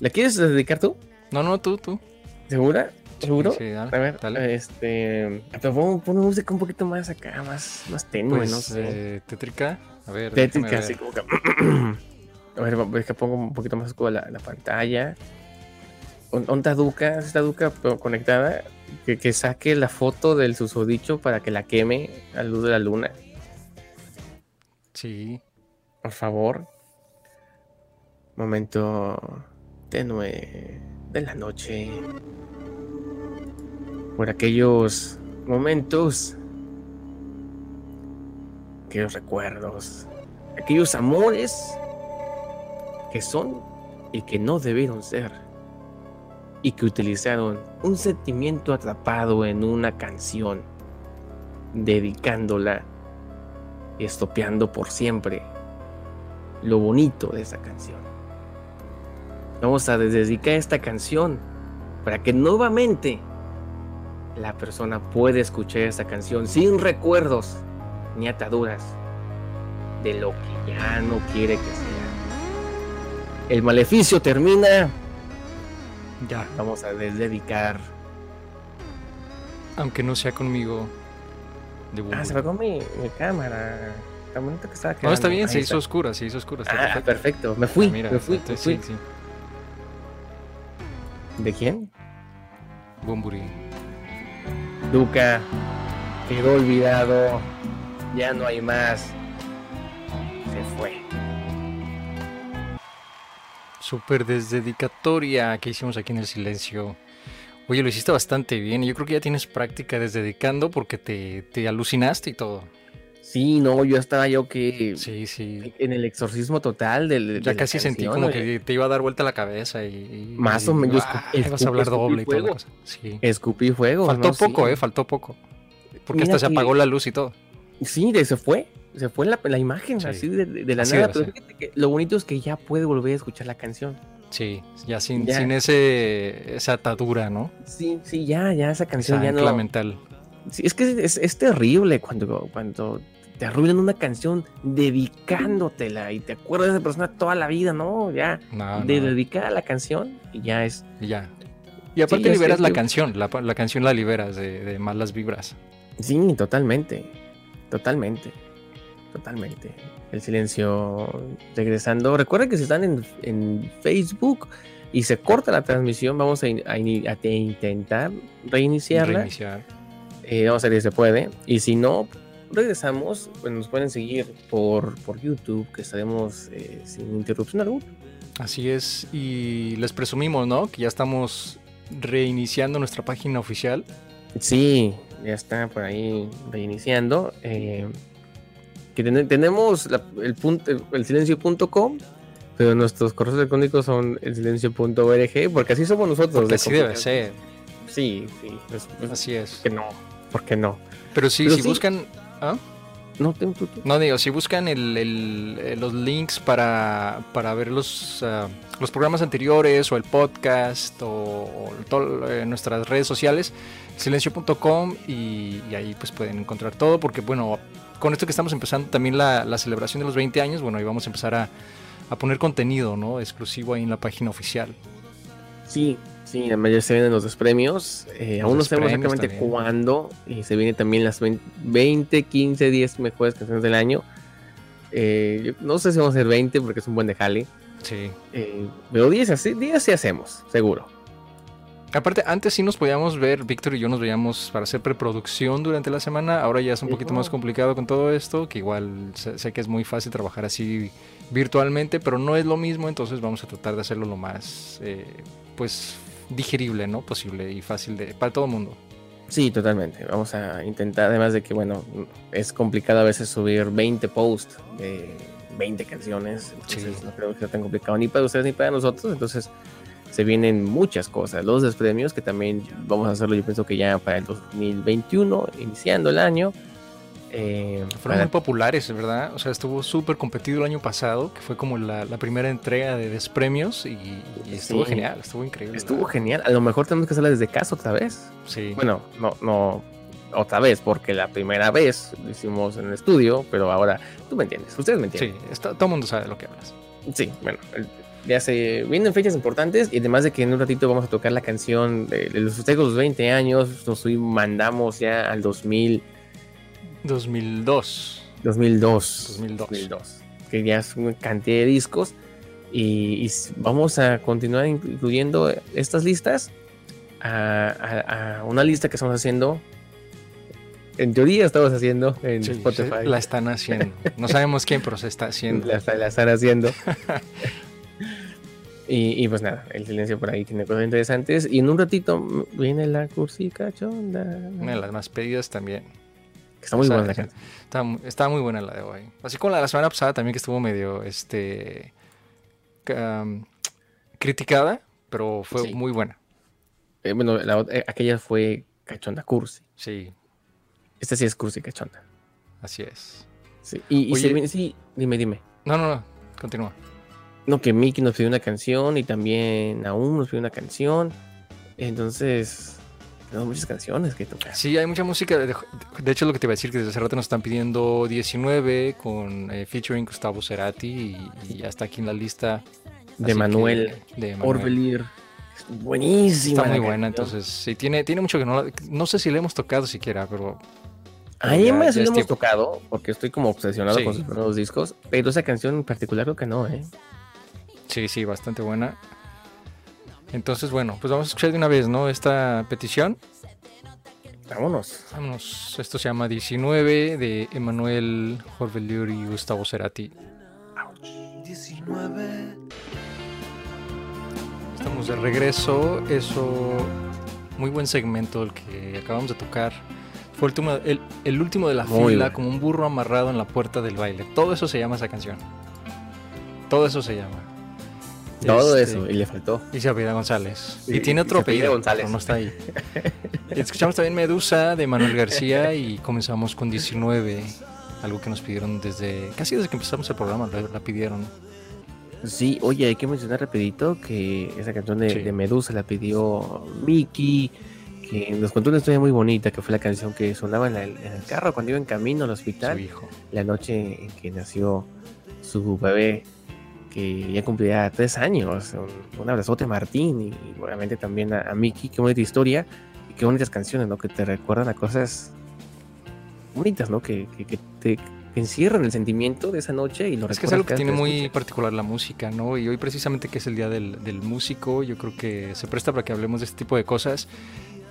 ¿La quieres dedicar tú? No, no, tú, tú. ¿Segura? ¿Seguro? Sí, dale, A ver, eh, dale. este. Pero pon, pon música un poquito más acá, más, más tenue, Pues, no sé. eh, tétrica. A ver, déjame Tétrica, así ver. como que. A ver, es que (clears throat) pongo un poquito más oscura la, la pantalla. On- Onda Duca, esta Duca pero conectada. Que, que saque la foto del susodicho para que la queme a luz de la luna. Sí. Por favor. Momento tenue de la noche. Por aquellos momentos. Aquellos recuerdos. Aquellos amores que son y que no debieron ser. Y que utilizaron un sentimiento atrapado en una canción. Dedicándola y estopeando por siempre lo bonito de esta canción. Vamos a dedicar esta canción para que nuevamente la persona pueda escuchar esta canción sin recuerdos ni ataduras de lo que ya no quiere que sea. El maleficio termina. Ya. Vamos a dedicar. Aunque no sea conmigo. De Bumburi. Ah, se apagó mi, mi cámara. Tan bonito que estaba No, está quedando. bien, Ahí se está. hizo oscura, se hizo oscura. Está Ah, perfecto. perfecto. Me Ah, fui. mira, me fui, me entonces fui. sí, sí. ¿De quién? Bumburi. Duca, quedó olvidado, ya no hay más. Se fue. Súper desdedicatoria que hicimos aquí en el silencio. Oye, lo hiciste bastante bien. y Yo creo que ya tienes práctica desdedicando porque te, te alucinaste y todo. Sí, no, yo estaba yo que Sí, sí. en el exorcismo total del. Ya de la casi sentí canción, como oye. que te iba a dar vuelta la cabeza y. y- Más o y- menos, yo ah, escu- ibas a hablar escupí doble y toda la fuego. cosa. Sí. Escupí fuego. Faltó ¿no? Sí. poco, ¿eh? Faltó poco. Porque Mira hasta se que- apagó la luz y todo. Sí, de- se fue. Se fue la, la imagen ¿eh? Sí. así de, de- de la Así nada. debe Pero ser. fíjate que lo bonito es que ya puede volver a escuchar la canción. Sí, ya sin, Ya. sin ese, esa atadura, ¿no? Sí, sí, ya, ya esa Esa canción ya ancla no. mental. Sí, es que es, es terrible cuando, cuando te arruinan una canción dedicándotela y te acuerdas de esa persona toda la vida, ¿no? Ya, No, Ah, no, de dedicar a la canción y ya es. y ya. Y aparte Sí, es- liberas es la libre. canción, la, la canción la liberas de, de malas vibras. Sí, totalmente. Totalmente. Totalmente. El silencio regresando. Recuerden que si están en, en Facebook y se corta la transmisión, vamos a, in- a ini- a te- intentar reiniciarla. Reiniciar. Eh, vamos a ver si se puede. Y si no, regresamos. Pues nos pueden seguir por, por YouTube, que estaremos eh, sin interrupción alguna. Así es, y les presumimos, ¿no? Que ya estamos reiniciando nuestra página oficial. Sí, ya está por ahí reiniciando. eh, que ten- tenemos la- el, punto, el, silencio.com, pero nuestros correos electrónicos son el silencio.org, porque así somos nosotros. Porque de así debe computador. ser, Sí, sí. pues, pues, así es. que no, porque no. Pero sí, Pero si sí. buscan, No, tú- tú- tú. no digo, si buscan el- el- eh, los links para, para ver los, ah, los programas anteriores o el podcast o, o todo, eh, nuestras redes sociales, silencio.com y, y ahí pues pueden encontrar todo porque bueno, con esto que estamos empezando también la, la celebración de los 20 años, bueno, ahí vamos a empezar a, a poner contenido, ¿no? Exclusivo ahí en la página oficial. Sí, sí, además ya se vienen los despremios. eh, Los aún no sabemos despremios exactamente también. cuándo. Y se vienen también las 20, 20, 15, 10 mejores canciones del año. Eh, yo no sé si vamos a hacer 20 porque es un buen de jale. Sí. Eh, pero 10 así, 10 sí hacemos, seguro. Aparte, antes sí nos podíamos ver, Víctor y yo nos veíamos para hacer preproducción durante la semana. Ahora ya es un Sí, poquito no. más complicado con todo esto, que igual sé, sé que es muy fácil trabajar así virtualmente, pero no es lo mismo, entonces vamos a tratar de hacerlo lo más, eh, pues, digerible, ¿no? Posible y fácil de, para todo el mundo. Sí, totalmente. Vamos a intentar, además de que, bueno, es complicado a veces subir 20 posts de 20 canciones. Entonces, Sí. no creo que sea tan complicado ni para ustedes ni para nosotros. Entonces, se vienen muchas cosas. Los despremios, que también vamos a hacerlo, yo pienso que ya para el 2021, iniciando el año. eh, Fueron para- muy populares, ¿verdad? O sea, estuvo súper competido el año pasado, que fue como la, la primera entrega de despremios y, y estuvo Sí. genial, estuvo increíble. estuvo ¿verdad? genial. A lo mejor tenemos que hacerla desde casa otra vez. Sí. Bueno, no, no, otra vez, porque la primera vez lo hicimos en el estudio, pero ahora tú me entiendes, ustedes me sí, entienden. está- todo el mundo sabe de lo que hablas. Sí, bueno, el- ya se vienen fechas importantes y además de que en un ratito vamos a tocar la canción de, de los festejos de los 20 años, nos subimos- mandamos ya al 2000, 2002. 2002, 2002. que ya es una cantidad de discos y, y s- vamos a continuar incluyendo estas listas a, a- a una lista que estamos haciendo. En teoría estamos haciendo en Sí, Spotify. se- la están haciendo. No sabemos quién, pero se está haciendo. La, la están haciendo. (laughs) y, y pues nada, el silencio por ahí tiene cosas interesantes. Y en un ratito mm, viene la cursica chonda. Una de las más pedidas también. Que está muy Esa- buena la esa- canción. Está, mu- está muy buena la de hoy. Así como la de la semana pasada también que estuvo medio este ca- um, criticada, pero fue Sí. muy buena. Eh, bueno, la ot- eh, aquella fue cachonda cursi. Sí, Esta sí es cursi cachonda. así es. Sí. Y, y se Oye. viene- sí, dime, dime. No, no, no. Continúa. No, que Mickey nos pidió una canción y también Aún nos pidió una canción. Entonces, tenemos muchas canciones que tocar. Sí, hay mucha música. De, de hecho, lo que te iba a decir que desde hace rato nos están pidiendo 19 con eh, featuring Gustavo Cerati y, y ya está aquí en la lista. Así De que- Manuel de Manuel. Orbelir. Buenísima. Está la muy buena, canción. entonces sí, tiene, tiene mucho que no la- No sé si le hemos tocado siquiera, pero A mí Ya- me ya sí lo es hemos tiempo. tocado, porque estoy como obsesionado Sí. con sus primeros discos, pero esa canción en particular creo que no, ¿eh? sí, sí, bastante buena. Entonces, bueno, pues vamos a escuchar de una vez, ¿no? Esta petición. Vámonos. Vámonos, esto se llama 19 de Emanuel Jorvelior y Gustavo Cerati. 19 Estamos de regreso, eso. Muy buen segmento el que acabamos de tocar. Fue el último, el, el último de la Muy fila, bueno. como un burro amarrado en la puerta del baile. Todo eso se llama esa canción. Todo eso se llama. Todo Este, eso, y le faltó. Y Xavier González. Y- Y tiene y otro Xavier apellido. González. pero No está ahí. Escuchamos también Medusa de Manuel García y comenzamos con 19. Algo que nos pidieron desde. casi desde que empezamos el programa, la, la pidieron. Sí, oye, hay que mencionar rapidito que esa canción de, Sí. de Medusa la pidió Mickey, que nos contó una historia muy bonita, que fue la canción que sonaba en, la- en el carro cuando iba en camino al Su hospital, hijo. la noche en que nació su bebé, que ya cumplía tres años. Un, un abrazote a Martín y, y obviamente también a, a Miki. Qué bonita historia y qué bonitas canciones, ¿no? Que te recuerdan a cosas bonitas, ¿no? Que, que- que te que encierran el sentimiento de esa noche y lo Es que es algo que recuerdas tiene cada vez muy que escuchas. particular la música, ¿no? Y hoy precisamente que es el día del, del músico, yo creo que se presta para que hablemos de este tipo de cosas.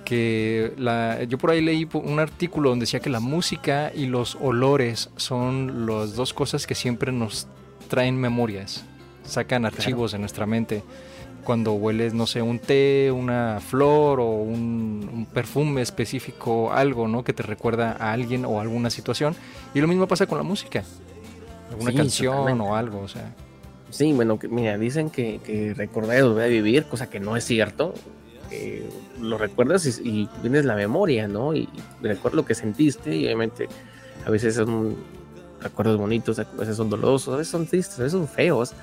Que la, yo por ahí leí po- un artículo donde decía que la música y los olores son las dos cosas que siempre nos traen memorias, sacan archivos de nuestra mente. Cuando hueles, no sé, un té, una flor o un, un perfume específico, algo, ¿no? Que te recuerda a alguien o alguna situación. Y lo mismo pasa con la música. Alguna Sí, Pues canción totalmente. o algo, o sea. Sí, bueno, que- mira, dicen que, que recordar es volver a vivir, cosa que no es cierto. Eh, lo recuerdas y, y tienes la memoria, ¿no? Y, y recuerdas lo que sentiste y obviamente a veces son recuerdos bonitos, a veces son dolorosos, a veces son tristes, a veces son feos.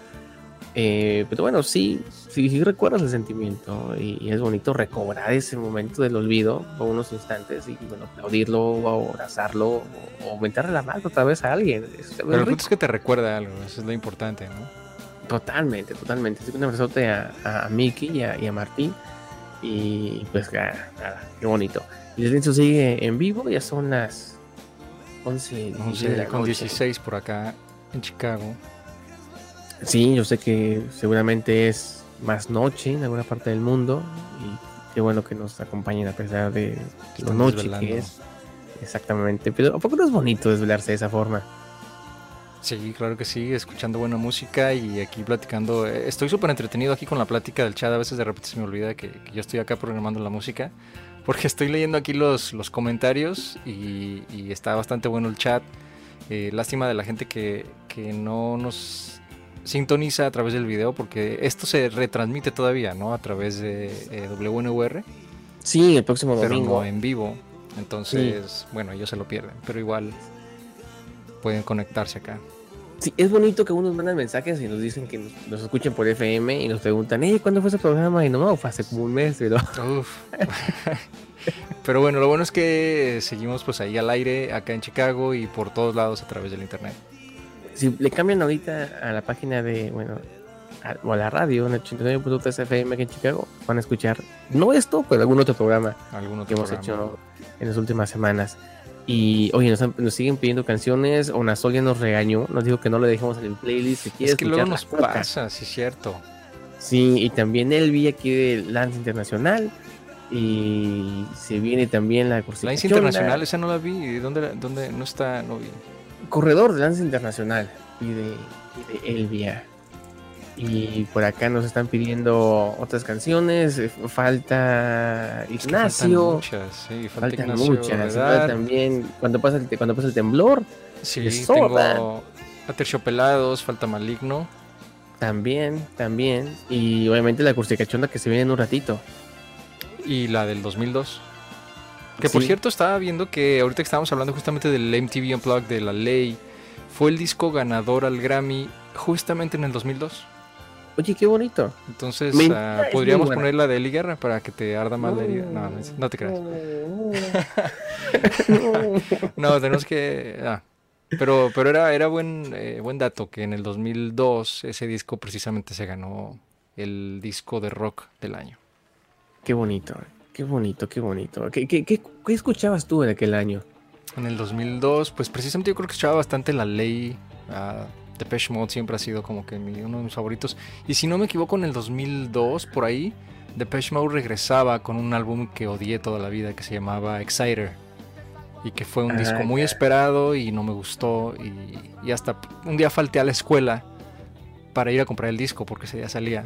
Eh, pero bueno, sí, sí, sí recuerdas el sentimiento y, y es bonito recobrar ese momento del olvido por unos instantes y bueno, aplaudirlo o abrazarlo o, o aumentarle la mano otra vez a alguien. Es- es Pero el rico. punto es que te recuerda algo, eso es lo importante, ¿no? Totalmente, totalmente. Así que un abrazote a, a, a Mickey y a, y a Martín. Y pues nada, nada, qué bonito. El silencio sigue en vivo, ya son las 11, de la con noche. 16 por acá en Chicago. Sí, yo sé que seguramente es más noche en alguna parte del mundo. Y qué bueno que nos acompañen a pesar de la Están noche desvelando. que es. Exactamente, pero ¿a poco no es bonito desvelarse de esa forma? Sí, claro que sí, escuchando buena música y aquí platicando. Eh, Estoy súper entretenido aquí con la plática del chat. A veces de repente se me olvida que, que yo estoy acá programando la música. Porque estoy leyendo aquí los, los comentarios y, y está bastante bueno el chat. Eh, lástima de la gente que, que no nos sintoniza a través del video porque esto se retransmite todavía, ¿no? A través de eh, WNUR, Sí, el próximo pero domingo. no en vivo. Entonces, bueno, ellos se lo pierden, pero igual pueden conectarse acá. Sí, es bonito que unos mandan mensajes y nos dicen que nos, nos escuchen por FM y nos preguntan, hey, ¿cuándo fue ese programa? Y no, no, fue hace como un mes, pero (laughs) Uf. pero bueno, lo bueno es que seguimos pues ahí al aire, acá en Chicago y por todos lados a través del internet. si le cambian ahorita a la página de, bueno, a, o a la radio, en 89.3 FM aquí en Chicago, van a escuchar, no esto, pero algún otro programa Algún que otro hemos programa. hecho en las últimas semanas. Y oye, nos, han- nos siguen pidiendo canciones, o Nasol ya nos regañó, nos dijo que no le dejemos en el playlist si quiere Es que luego nos escuchar las cosas. pasa, sí es cierto. Sí, y también Elvi aquí de Lance Internacional. Y se viene también la Corsica Lines Chonda, Internacional, esa no la vi. ¿Dónde, la- dónde no está? No vi. Corredor de Lance Internacional y de, y de Elvia. Y por acá nos están pidiendo otras canciones. eh, Falta Es que faltan Ignacio. muchas, sí, falta Faltan Ignacio muchas. Vedar. falta también cuando pasa el, te- cuando pasa el temblor, Sí, de Soda. tengo Aterciopelados, falta Maligno. también, también. Y obviamente la Corsica Chonda que se viene en un ratito. Y la del 2002. Que por Sí. cierto, estaba viendo que ahorita que estábamos hablando justamente del MTV Unplugged de La Ley, fue el disco ganador al Grammy justamente en el 2002. Oye, qué bonito. Entonces, Me- ah, es muy podríamos buena. poner la de Eli Guerra para que te arda más la herida. No, no, es- no te creas. No, tenemos que. ah. Pero, pero era, era buen, eh, buen dato que en el 2002 ese disco precisamente se ganó el disco de rock del año. (laughs) Qué bonito, qué bonito, qué bonito. ¿Qué, qué, qué, qué escuchabas tú en aquel año? En el 2002, pues precisamente yo creo que escuchaba bastante la ley. ah, Depeche Mode siempre ha sido como que mi- uno de mis favoritos. Y si no me equivoco, en el 2002, por ahí, Depeche Mode regresaba con un álbum que odié toda la vida que se llamaba Exciter. Y que fue un Ah, disco muy esperado y no me gustó. Y, y hasta un día falté a la escuela para ir a comprar el disco porque ese día salía.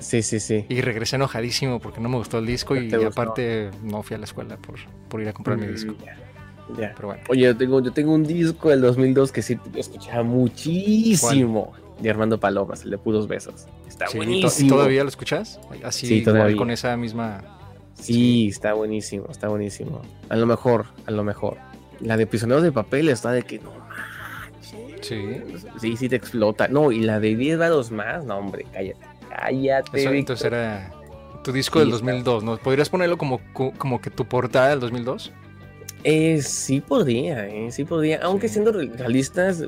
Sí, sí, sí. Y regresé enojadísimo porque no me gustó el disco No y, te gustó. aparte no fui a la escuela por, por ir a comprar mi disco. Mm, ya. Pero bueno. Oye, yo tengo, yo tengo un disco del 2002 que sí escuchaba muchísimo. De Armando Palomas, el de Puros Besos. Está Sí, ¿y to- y buenísimo. ¿Todavía lo escuchas? Así Sí, igual, todavía. con esa misma. Sí, está buenísimo, está buenísimo. A lo mejor, a lo mejor. La de Prisioneros de Papel está de que no manches. Sí. Sí, sí te explota. No, y la de 10 varos más, no, hombre, cállate. Cállate. Eso, Víctor. entonces era tu disco Sí, del está. 2002, ¿no? ¿Podrías ponerlo como, co- como que tu portada del 2002? Eh, sí podría, eh, sí podría. Aunque Sí. siendo realistas,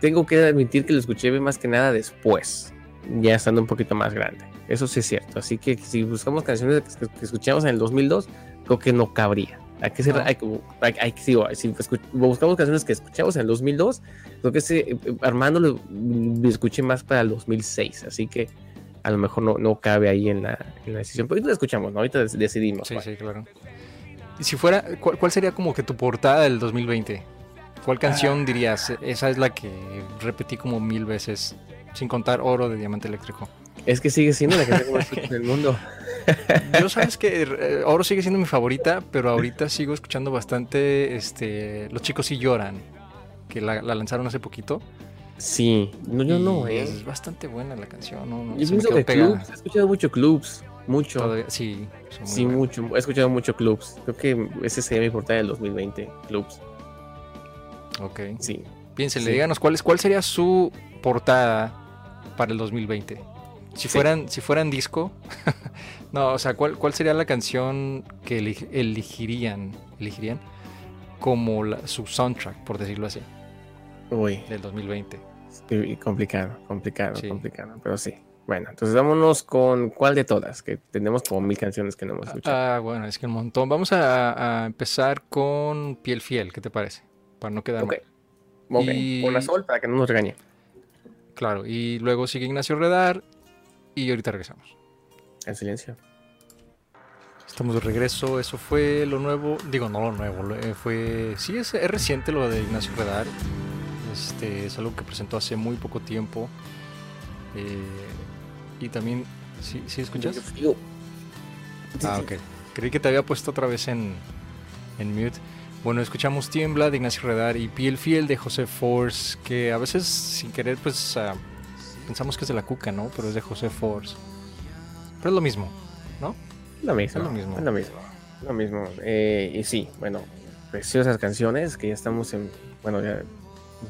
tengo que admitir que lo escuché más que nada después, ya estando un poquito más grande. Eso sí es cierto. Así que si buscamos canciones que, que escuchamos en el 2002, creo que no cabría. Hay que ser, No. hay, que- hay- hay que- sí, o- si escu- buscamos canciones que escuchamos en el 2002, creo que ese, eh, Armando lo, mm, lo escuché más para el 2006. Así que a lo mejor no, no cabe ahí en la, en la decisión. Pero ahorita lo escuchamos, ¿no? ahorita dec- decidimos. pues. Sí, cuál. sí, claro. Y si fuera, ¿cuál, cuál sería como que tu portada del 2020? ¿Cuál Ah. canción dirías? Esa es la que repetí como mil veces, sin contar oro de diamante eléctrico. Es que sigue siendo la canción que (laughs) más escucho en el mundo. Yo sabes que eh, oro sigue siendo mi favorita, pero ahorita sigo escuchando bastante este, Los chicos sí lloran, que la- la lanzaron hace poquito. Sí, no, yo no, Y ¿eh? Es bastante buena la canción, no, no, Yo se me pienso quedó que pegada. clubs, he escuchado mucho clubs, mucho. Todavía- sí, son muy sí, buenas. mucho, he escuchado mucho clubs. Creo que ese sería mi portada del 2020, clubs. Ok. Sí. Piénsenle, Sí. díganos cuál, es- cuál sería su portada para el 2020. Si Sí. fueran, si fueran disco, (laughs) no, o sea, ¿cuál, cuál sería la canción que eli- elegirían, elegirían como la- su soundtrack, por decirlo así, Uy, del 2020? qué complicado, complicado, Sí. complicado, pero sí. Bueno, entonces vámonos con cuál de todas, que tenemos como mil canciones que no hemos escuchado. Ah, bueno, es que un montón. Vamos a, a empezar con Piel Fiel, ¿qué te parece? Para no quedar ok. mal. Ok, y- con la sol para que no nos regañe. Claro, y luego sigue Ignacio Redar y ahorita regresamos. En silencio. Estamos de regreso, eso fue lo nuevo, digo no lo nuevo, lo- eh, fue, sí es, es reciente lo de Ignacio Redar, este, es algo que presentó hace muy poco tiempo eh, y también, ¿sí, sí escuchas? Yo- Ah, ok. Creí que te había puesto otra vez en, en mute. Bueno, escuchamos Tiembla de Ignacio Redar y Piel Fiel de José Force, que a veces sin querer pues ah, pensamos que es de la cuca, ¿no? Pero es de José Force. Pero es lo mismo, ¿no? Lo mismo. Es lo mismo. Es lo mismo. Lo mismo. Eh, y sí, bueno, preciosas canciones que ya estamos en. Bueno, ya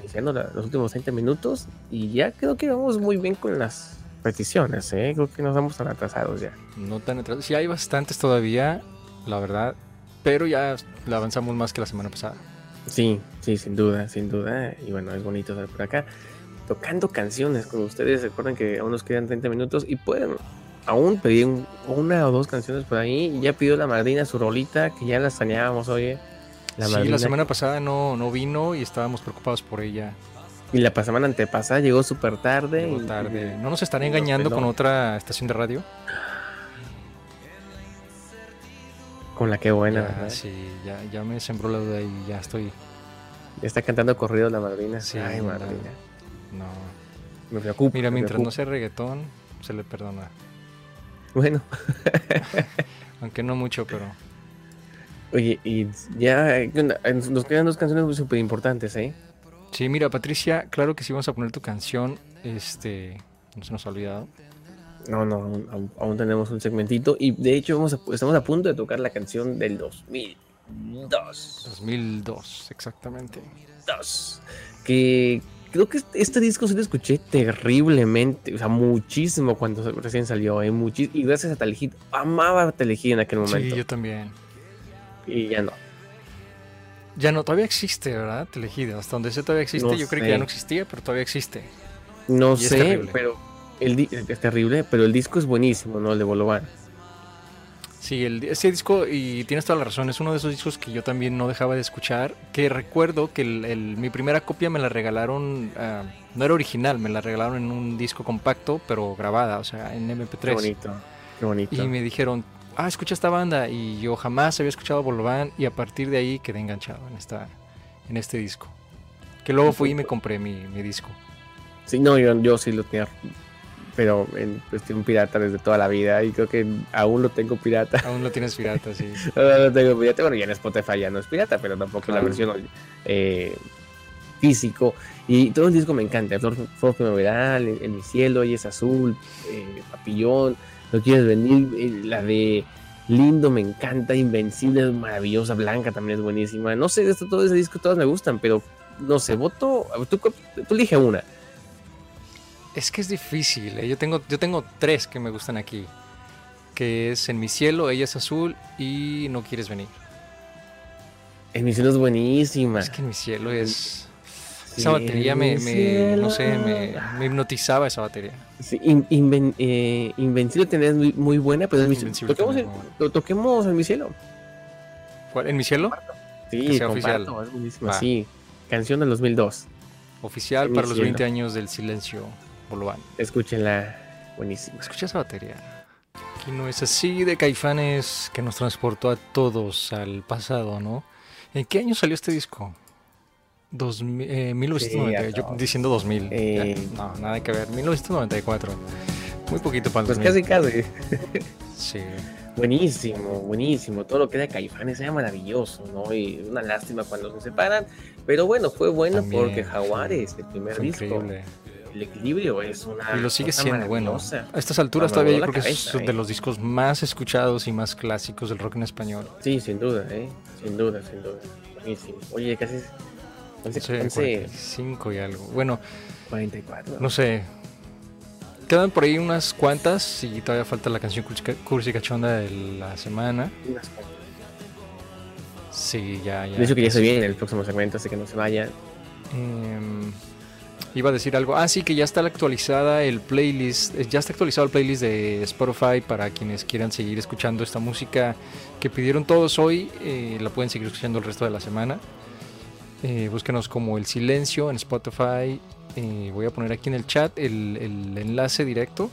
iniciando la- los últimos 30 minutos y ya creo que vamos muy bien con las peticiones, ¿eh? Creo que nos vamos tan atrasados ya. No tan atrás. Sí, hay bastantes todavía, la verdad. Pero ya la avanzamos más que la semana pasada. Sí, sí, sin duda, sin duda. Y bueno, es bonito estar por acá tocando canciones con ustedes. Recuerden que aún nos quedan 30 minutos y pueden aún pedir un- una o dos canciones por ahí. Ya pidió la madrina su rolita, que ya la extrañábamos, oye. La sí, madrina. la semana pasada no, no vino y estábamos preocupados por ella. Y la pa- semana antepasada llegó súper tarde. Llegó y- tarde. y- ¿No nos están y nos engañando peló con otra estación de radio? Con la ¿eh? que buena, Ya, ¿verdad? sí, ya, ya me sembró la duda y ya estoy. Está cantando corrido la madrina. Sí, Ay, no. madrina. No. Me preocupa. Mira, me mientras no preocupa. sea reggaetón, se le perdona. Bueno, Aunque no mucho, pero. oye, y ya eh, ¿qué onda? Eh, nos quedan dos canciones súper importantes, ¿eh? Sí, mira, Patricia, claro que sí vamos a poner tu canción. Este. No se nos ha olvidado. No, no, aún, aún- aún tenemos un segmentito y de hecho vamos a- estamos a punto de tocar la canción del 2002. 2002, exactamente. Que creo que este- este disco sí lo escuché terriblemente, o sea, muchísimo cuando recién salió, ¿eh? Muchi- y gracias a Telehit, amaba Telehit en aquel momento Sí, yo también. y ya no. Ya no, todavía existe, ¿verdad? Telegida. Hasta donde sé todavía existe. No Yo creo que sé. ya no existía, pero todavía existe. No Y es sé, terrible. pero el di- es terrible, pero el disco es buenísimo, ¿no? El de Bolovan. Sí, el, ese disco, y tienes toda la razón, es uno de esos discos que yo también no dejaba de escuchar, que recuerdo que el- el- mi primera copia me la regalaron, ah, no era original, me la regalaron en un disco compacto, pero grabada, o sea, en Qué MP3. bonito, qué bonito. Y me dijeron, ah, escucha esta banda, y yo jamás había escuchado Bolván, y a partir de ahí quedé enganchado en, esta, en este disco. Que luego fui y me compré mi, mi disco. Sí, no, yo, yo sí lo tenía, pero en cuestión pirata desde toda la vida y creo que aún lo tengo pirata. Aún lo tienes pirata, sí. Ahora lo tengo pirata, bueno, pues ya en Spotify ya no es pirata, pero tampoco Claro. la versión eh, físico. Y todo el disco me encanta, Flor, Flor Primaveral, en, En mi cielo, y es azul, eh, Papillón, No quieres venir, eh, la de Lindo me encanta, Invencible es maravillosa, Blanca también es buenísima. No sé, de esto, todo ese disco todas me gustan, pero no sé, voto, tú, tú elige una. Es que es difícil. ¿eh? Yo, tengo, yo tengo tres que me gustan aquí. Que es En mi cielo, Ella es azul y No quieres venir. En mi cielo es buenísima. Es que En mi cielo es... Sí, Esa batería me, en mi me- no sé, cielo. me, me hipnotizaba esa batería. Sí, in- inven- eh, Invencible también es muy, muy buena, pero es mi- Invencible toquemos, también en, es muy lo toquemos en mi cielo. ¿Cuál? ¿En mi cielo? Que Sí, sea comparto, oficial. es buenísima. Va. Sí, canción del 2002. Oficial En mi para los cielo. 20 años del silencio. Bolván. Escúchenla, buenísima. Escucha esa batería. Aquí no es así de Caifanes que nos transportó a todos al pasado, ¿no? ¿En qué año salió este disco? 2000, eh, 1990, Sí, a yo todos. diciendo 2000. Eh. ya, no, nada que ver. 1994. Muy poquito para el Pues 2000. casi, casi. Sí. Buenísimo, buenísimo. Todo lo que era Caifanes era maravilloso, ¿no? Y una lástima cuando se separan. Pero bueno, fue bueno También, porque sí. Jaguares, el primer Fue disco. Ah, increíble. El equilibrio es una. Y lo sigue cosa siendo, bueno. maravillosa. A estas alturas Me todavía yo voló creo la que es cabeza, de eh. los discos más escuchados y más clásicos del rock en español. Sí, sin duda, ¿eh? Sin duda, sin duda. Buenísimo. Oye, casi es 11, Sí, 45 y algo. Bueno, 44. No sé. Quedan por ahí unas cuantas y todavía falta la canción cursi- cursi cachonda de la semana. Unas cuantas. Sí, ya, ya. De hecho, que ya se viene el próximo segmento, así que no se vayan. Em, iba a decir algo. Ah, sí, que ya está actualizada el playlist. eh, Ya está actualizado el playlist de Spotify para quienes quieran seguir escuchando esta música que pidieron todos hoy. eh, la pueden seguir escuchando el resto de la semana. Eh, búsquenos como El Silencio en Spotify. Eh, voy a poner aquí en el chat el, el enlace directo.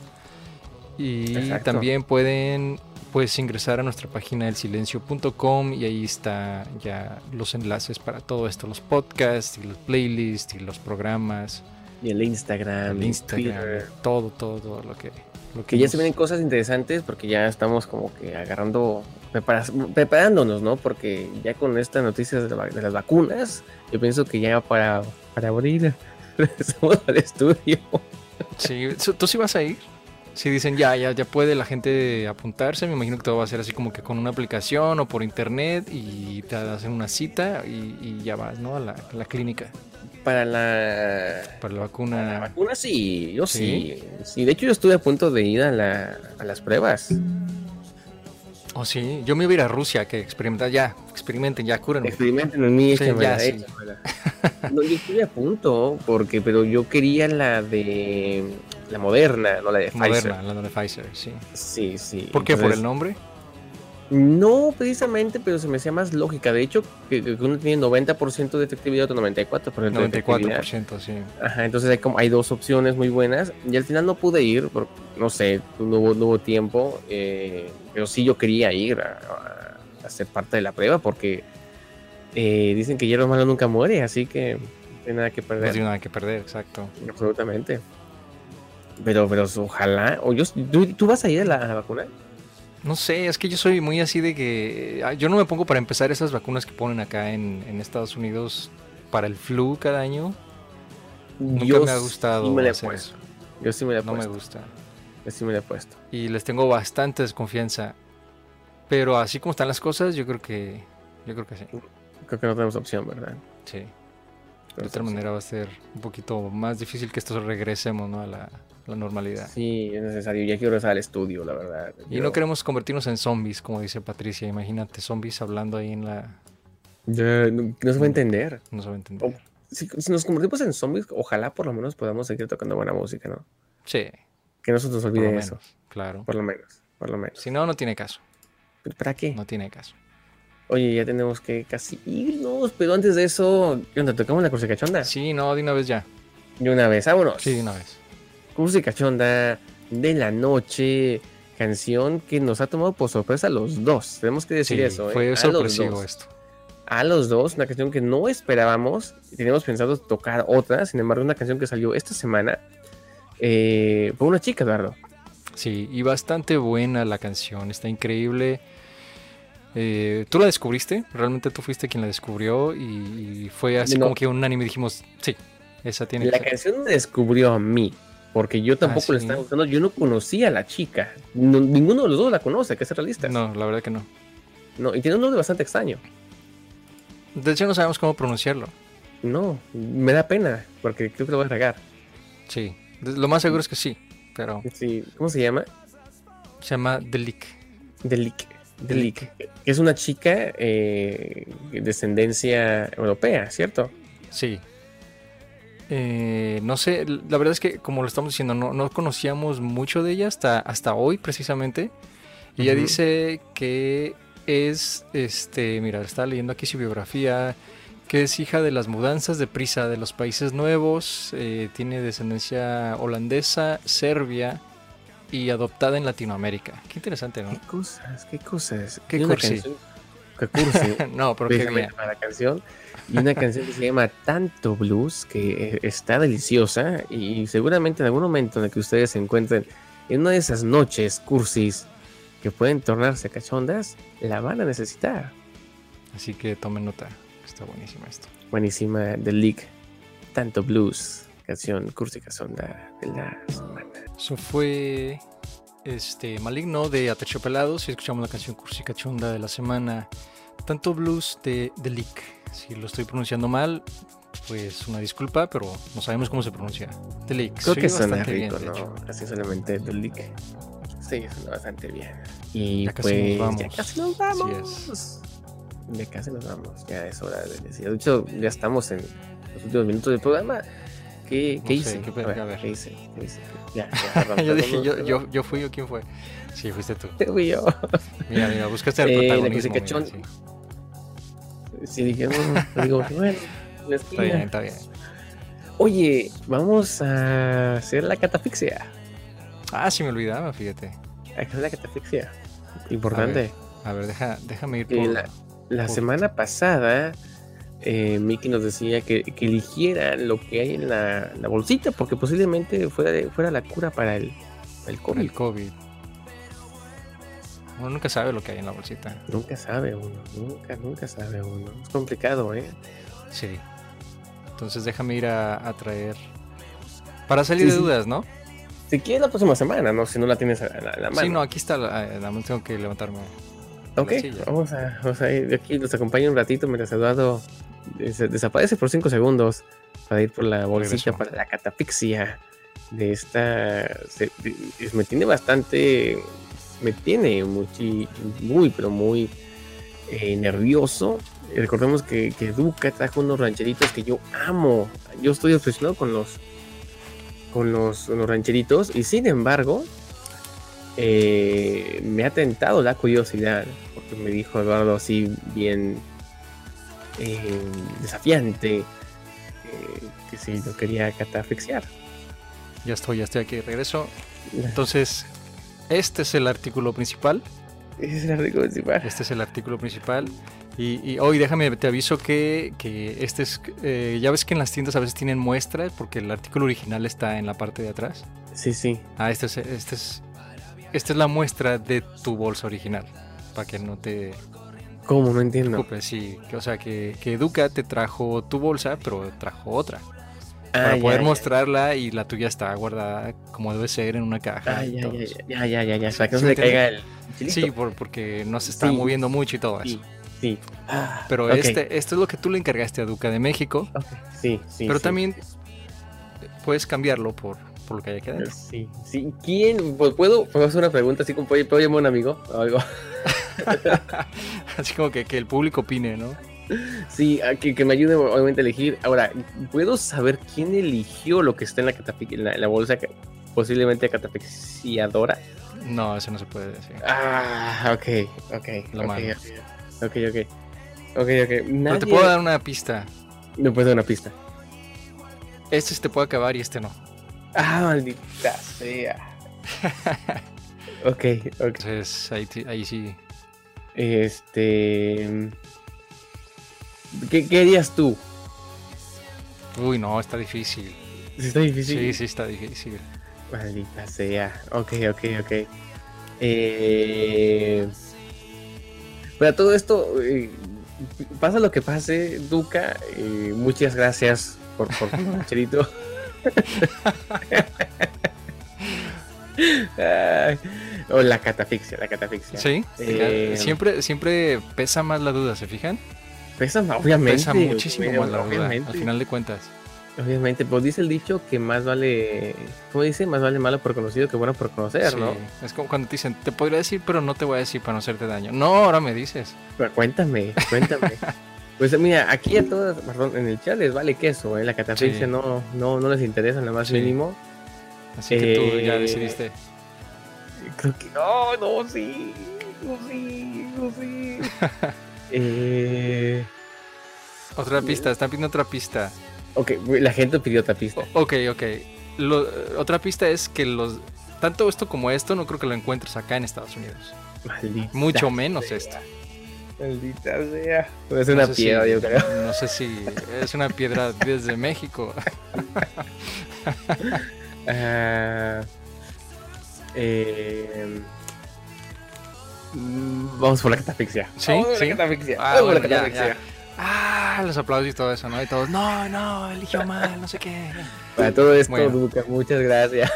Y Exacto. también pueden pues ingresar a nuestra página elsilencio.com y ahí está ya los enlaces para todo esto, los podcasts y los playlists y los programas, Y el Instagram, el y Instagram, Twitter. todo, todo, todo lo que, lo que Que ya nos- se vienen cosas interesantes porque ya estamos como que agarrando preparas- preparándonos, ¿no? Porque ya con estas noticias de, la- de las vacunas, yo pienso que ya para, para abrir (laughs) regresamos al estudio. Sí, so- ¿tú sí vas a ir? Si dicen ya, ya, ya puede la gente apuntarse, me imagino que todo va a ser así como que con una aplicación o por internet y te hacen una cita y, y ya vas, ¿no? A la, a la clínica Para para la, la para la vacuna. vacuna sí, yo Ah. Sí. sí. Sí, de hecho yo estuve a punto de ir a, la- a las pruebas. Oh, sí, yo me iba a ir a Rusia que experimentar, ya, experimenten, ya, cúrenme. Experimenten en mí, Sí, échamela, ya, sí. échamela. No, yo estuve a punto, porque, pero yo quería la de la moderna, no la de Pfizer. Moderna, la de Pfizer, sí. Sí, sí. ¿Por qué? ¿Por el Entonces, nombre? No precisamente, pero se me hacía más lógica. De hecho, que, que uno tiene 90% de efectividad, otro 94% de efectividad. 94%, sí. Ajá, entonces hay, como, hay dos opciones muy buenas. Y al final no pude ir, porque, no sé, no hubo, no hubo tiempo. eh, pero sí yo quería ir a, a- a ser parte de la prueba, porque eh, dicen que hierro malo nunca muere, así que no hay nada que No perder. tiene nada que perder, exacto. Absolutamente. Pero, pero ojalá. O yo, ¿tú, tú vas a ir a la, a la vacuna? No sé, es que yo soy muy así de que. ah, Yo no me pongo para empezar esas vacunas que ponen acá en, en Estados Unidos para el flu cada año. Nunca Yo me ha gustado. Sí me la he hacer puesto. eso. Yo sí me la he No me puesto. gusta. Yo sí me la he puesto. Y les tengo bastante desconfianza. Pero así como están las cosas, yo creo que. Yo creo que sí. Creo que no tenemos opción, ¿verdad? Sí. De Entonces, otra manera va a ser un poquito más difícil que esto regresemos ¿no? a la, a la normalidad. Sí, es necesario. Ya quiero regresar al estudio, la verdad. Y no queremos convertirnos en zombies, como dice Patricia. Imagínate, zombies hablando ahí en la. Ya, no, no se va a entender. No se va a Oh. entender. Si, si nos convertimos en zombies, ojalá por lo menos podamos seguir tocando buena música, ¿no? Sí, Que no se nos por lo olvide menos. eso. Claro. Por lo menos. Por lo menos. Si no, no tiene caso. ¿Pero ¿Para qué? No tiene caso. Oye, ya tenemos que casi irnos. Pero antes de eso, ¿qué onda? ¿Tocamos la cursicachonda? Sí, no, de una vez ya. De una vez, vámonos. Sí, de una vez. Cursi Cachonda de la noche, canción que nos ha tomado por sorpresa a los dos. Tenemos que decir Sí, eso. ¿eh? fue a los sorpresivo dos. esto. A los dos, una canción que no esperábamos. Teníamos pensado tocar otra, sin embargo, una canción que salió esta semana eh, por una chica, Eduardo. Sí, y bastante buena la canción, está increíble. Eh, tú la descubriste, realmente tú fuiste quien la descubrió y, y fue así No. como que unánime dijimos, sí, esa tiene La que ser. Ah, canción me descubrió a mí, porque yo tampoco la sí. estaba buscando. Yo no conocía a la chica. No- ninguno de los dos la conoce, hay que ser realistas. No, la verdad que no. No, y tiene un nombre bastante extraño. De hecho no sabemos cómo pronunciarlo. No, me da pena, porque creo que lo voy a regar. Sí, de- lo más seguro es que sí, pero Sí, ¿Cómo se llama? se llama Delic. Delic. Delic. Que es una chica eh, de descendencia europea, ¿cierto? Sí. Eh, no sé, la verdad es que como lo estamos diciendo, no, no conocíamos mucho de ella hasta, hasta hoy precisamente. Y ella Ujú. dice que es, este, mira, está leyendo aquí su biografía, que es hija de las mudanzas de prisa de los países nuevos, eh, tiene descendencia holandesa, serbia y adoptada en Latinoamérica. Qué interesante, ¿no? (laughs) ¿Qué cosas? ¿Qué cosas? Qué Y una cursi. canción- Qué (laughs) cursi. No, pero qué bien. precisamente para la canción. Y una canción que se llama Tanto Blues, que eh, está deliciosa. Y seguramente en algún momento en el que ustedes se encuentren en una de esas noches cursis que pueden tornarse cachondas, la van a necesitar. Así que tomen nota, está buenísimo esto. Buenísima Delic. Tanto Blues. Canción cursi casonda de la semana. Eso fue este Maligno de Atachopelados y escuchamos la canción Cursi Cachonda de la semana. Tanto blues de The Leak. Si lo estoy pronunciando mal, pues una disculpa, pero no sabemos cómo se pronuncia. The Leak. se Creo que oye suena bastante rico, bien, de hecho. ¿no? Así solamente del leak. Sí, suena bastante bien. Y Ya casi pues, nos vamos. ya casi nos Así vamos. Ya casi nos vamos. Ya es hora de decir. De hecho, ya estamos en los últimos minutos del programa. ¿Qué, No qué sé, hice? qué A pe- ver, a ver. ¿Qué hice? ¿Qué hice? Ya, (laughs) ya, perdón, yo perdón, dije, yo, perdón. yo, yo fui o quién fue. Sí, fuiste tú. Fui yo. Mira, mira, buscaste al Eh, la protagonismo. Cursi mira, Cachonda. sí. Sí, dije, bueno, digo, bueno, la Está bien, esquina. está bien. Oye, vamos a hacer la catafixia. Ah, sí me olvidaba, fíjate. A Hacer la catafixia. Importante. A ver, deja, déjame ir Eh, por... la- La Por- semana pasada, eh, Mickey nos decía que, que eligiera lo que hay en la, la bolsita, porque posiblemente fuera, de- fuera la cura para el, el por COVID. el COVID. Uno nunca sabe lo que hay en la bolsita. Nunca sabe uno, nunca, nunca sabe uno. Es complicado, ¿eh? Sí. Entonces déjame ir a, a traer. Para salir de Sí, sí. dudas, ¿no? Si quieres la próxima semana, ¿no? Si no la tienes a a la, a la mano. Sí, no, aquí está. La, eh, nada más tengo que levantarme. Ok, la silla. vamos a, vamos a ir. Yo aquí los acompaño un ratito mientras Eduardo des- desaparece por 5 segundos para ir por la bolsita Regresó. para la catapixia de esta. se- de- es- me tiene bastante. Me tiene muchi- muy, pero muy eh, nervioso. Eh, Recordemos que, que Duca trajo unos rancheritos que yo amo. Yo estoy obsesionado con los con los, con los rancheritos y sin embargo eh, me ha tentado la curiosidad porque me dijo Eduardo así bien eh, desafiante eh, que si lo quería catafixiar. Ya estoy, ya estoy aquí de regreso. Entonces, este es el artículo principal. Es el artículo principal. Este es el artículo principal. Y, y hoy déjame, te aviso que, que este es... eh, ya ves que en las tiendas a veces tienen muestras porque el artículo original está en la parte de atrás. Sí, sí. Ah, este es, este es, esta es la muestra de tu bolsa original. Para que no te ¿Cómo? No entiendo. preocupes. Sí, que- o sea, que, que Educa te trajo tu bolsa, pero trajo otra. Ah, para ya, poder ya. mostrarla y la tuya está guardada como debe ser en una caja. Ah, y ya, todo ya, eso. ya, ya, ya, ya. Para que Sí, no se le me entiendo. caiga el chilito. Sí, pues. por- porque no se está Sí. moviendo mucho y todo eso. Sí, sí. Ah, Pero ok, este, esto es lo que tú le encargaste a Duca de México. ok, Sí, sí. pero sí. también puedes cambiarlo por, por lo que haya quedado. Sí, sí. ¿Quién? Pues, ¿Puedo, puedo hacer una pregunta así como puedo, puedo llamar a un amigo o algo? (laughs) (laughs) Así como que, que el público opine, ¿no? Sí, a que, que me ayude obviamente a elegir. Ahora, ¿puedo saber quién eligió lo que está en la, catapi- en la, en la bolsa que- posiblemente catafixiadora? No, eso no se puede decir. Ah, ok, ok. La ok, mano. ok, ok, ok. Ok, ok. Pero Nadie... te puedo dar una pista. Me puedes dar una pista. Este se te puede acabar y este no. Ah, maldita (laughs) sea. ok, ok. Entonces ahí, ti- ahí sí. Este... ¿Qué, qué harías tú? Uy, no, está difícil. Está difícil. Sí, sí, está difícil. Maldita sea. Ok, ok, ok. Eh... Para todo esto, eh, pasa lo que pase, Duca, eh, muchas gracias por, (laughs) por tu rancherito. Ay, o la catafixia, la catafixia. Sí, Eh, siempre, siempre pesa más la duda, ¿se fijan? Pesa, obviamente. Pesa muchísimo más la duda, obviamente, al final de cuentas. Obviamente, pues dice el dicho que más vale, ¿cómo dice? Más vale malo por conocido que bueno por conocer, Sí, ¿no? Es como cuando te dicen, te podría decir, pero no te voy a decir para no hacerte daño. No, ahora me dices. Pero cuéntame, (laughs) cuéntame. pues mira, aquí a todas, perdón, en el chat les vale queso, ¿eh? La catafixia Sí. no, no, no les interesa en lo más Sí. mínimo. Así que tú ya Eh, decidiste. Creo que no, no, sí, no, sí, no, sí. (laughs) Eh, Otra pista, están pidiendo otra pista. ok, la gente pidió otra pista. O- ok, ok. Lo- otra pista es que los. Tanto esto como esto no creo que lo encuentres acá en Estados Unidos. Maldita. Oh, Mucho (laughs) menos esto. Maldita sea. Pues, Es una No sé si- piedra, yo creo. No sé si es una piedra desde México. Ah, eh, mm, vamos por la catafixia. Sí, Vamos por sí. la catafixia. Ah, vamos por la bueno, ya, catafixia. Ah, los aplausos y todo eso, ¿no? Y todos, no, no, eligió mal, no sé qué. Para todo esto, Bueno. Duca, muchas gracias.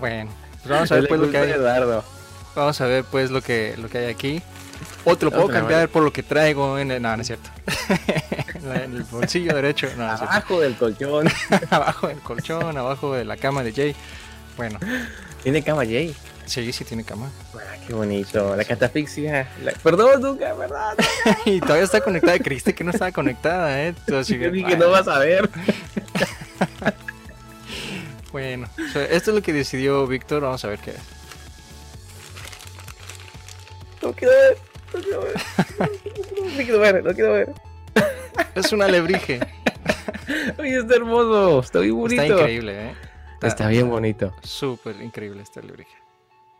Bueno, pues (laughs) vamos a ver pues lo que hay. Eduardo. Vamos a ver pues lo que, lo que hay aquí. O te lo puedo Otra cambiar por lo que traigo en el... No, no es cierto. (laughs) en la- en el bolsillo derecho. No, no es cierto. Abajo del (laughs) colchón. (laughs) abajo del colchón, abajo de la cama de Jay. Bueno, Tiene cama Jay. sí, sí tiene cama. (laughs) Ah, qué bonito. La catafixia. La- Perdón, Duca, ¿verdad? y todavía está conectada. Creíste que no estaba conectada, ¿eh? Tú así Yo que, dije, no vas a ver. Bueno, o sea, esto es lo que decidió Víctor. Vamos a ver qué es. No quiero ver. No quiero ver. No quiero ver, no quiero ver. Es un (laughs) alebrije. Oye, está hermoso. Está bien bonito. está increíble, ¿eh? Está bien bonito. Súper increíble este alebrije.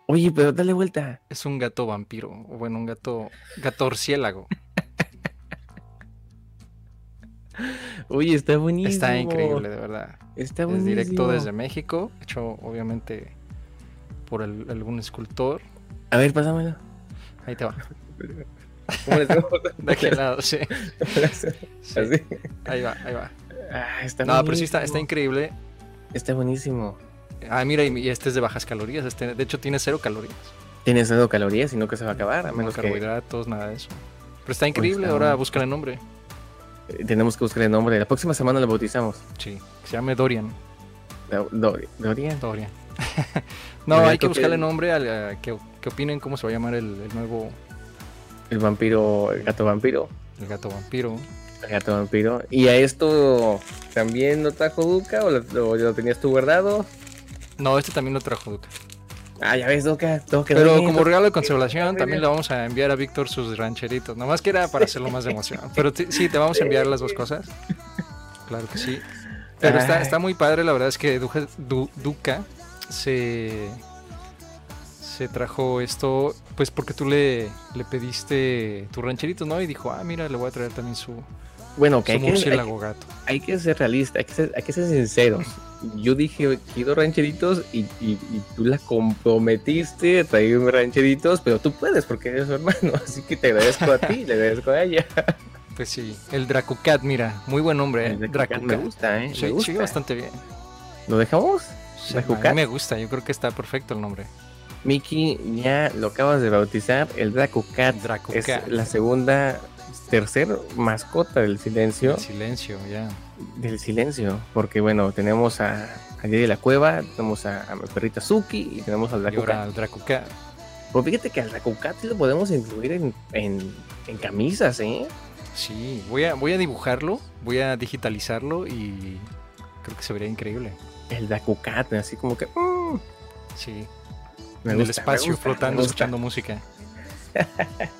Oye, pero dale vuelta. Es un gato vampiro. o Bueno, un gato... Gato orciélago. Oye, está bonito. Está increíble, de verdad. Está Es buenísimo. directo desde México, hecho obviamente por el- algún escultor. A ver, pásamelo. Ahí te va. ¿Cómo (laughs) les hago? De aquel lado, sí. Sí. (laughs) Así. Ahí va, ahí va. Ah, está No, pero sí está, está buenísimo. increíble. Está buenísimo. Ah, mira, y y este es de bajas calorías. Este, de hecho, tiene cero calorías. Tiene cero calorías y nunca se va a acabar, a No Ah, menos que carbohidratos, nada de eso. Pero está increíble, está ahora bueno. busca el nombre. eh, tenemos que buscar el nombre. La próxima semana lo bautizamos. Sí, que se llame Dorian. Do- Dor- Dorian. Dorian. no, Mira, hay que creo buscarle que- nombre, al, a- que, que opinen cómo se va a llamar el, el nuevo El vampiro, el gato vampiro. el gato vampiro. El gato vampiro. ¿Y a esto también lo trajo Duca o lo, o lo tenías tú guardado? No, este también lo trajo Duca. Ah, ya ves, Duca. todo quedó Pero bien, como todo- regalo de consolación, bien. también le vamos a enviar a Víctor sus rancheritos. Nomás que era para hacerlo más de emoción. Pero ti- sí, te vamos a enviar las dos cosas. Claro que sí. Pero está, Ay. está muy padre, la verdad es que Duja- Du- Duca se, se trajo esto, pues porque tú le, le pediste tu rancherito, ¿no? Y dijo, ah, mira, le voy a traer también su, Bueno, su que hay que, hay, murciélago gato. hay que ser realista, hay que ser, hay que ser sinceros. Yo dije, quiero rancheritos y, y- y tú la comprometiste a traerme rancheritos, pero tú puedes porque eres su hermano, (laughs) así que te agradezco a ti, le agradezco a ella. Pues sí, el Dracucat, mira, muy buen nombre, ¿eh? El Dracucat Dracucat. Me gusta, ¿eh? Me Sí, gusta. sí, bastante bien. ¿Lo dejamos? Sí, a ¿Dracucat? mí me gusta, yo creo que está perfecto el nombre. Mickey, ya lo acabas de bautizar, el Draco Cat. Es Dracucat. la segunda, tercer mascota del silencio. El silencio, ya. Del silencio, porque bueno, tenemos a, a Yeye de la Cueva, tenemos a, a mi perrita Suki y tenemos al Y Draco ahora Cat. el Dracucat. Pero fíjate que al Draco Cat sí lo podemos incluir en, en- en camisas, ¿eh? Sí, voy a, voy a dibujarlo, voy a digitalizarlo y creo que se vería increíble. El Draco Cat, así como que. mm, Sí, me en el gusta, me espacio gusta, flotando, me gusta. escuchando música. (laughs)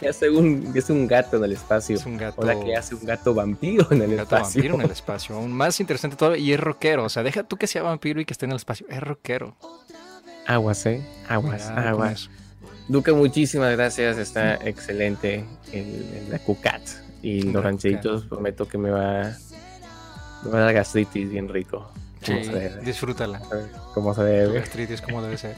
Ya soy un, es un gato en el espacio. Es un gato, O la que hace un gato vampiro en el un Oh. gato espacio. vampiro en el espacio. Aún más interesante todo. Y es rockero. O sea, deja tú que sea vampiro y que esté en el espacio. Es rockero. Aguas, ¿eh? Aguas, Cuidado con aguas. eso. Duca, muchísimas gracias. Está excelente el, el Draco Cat. Y El los Draco rancheritos prometo que me va, me va a dar gastritis bien rico. Sí, Como se debe. disfrútala. A ver, ¿Cómo se Tu debe? gastritis como debe ser.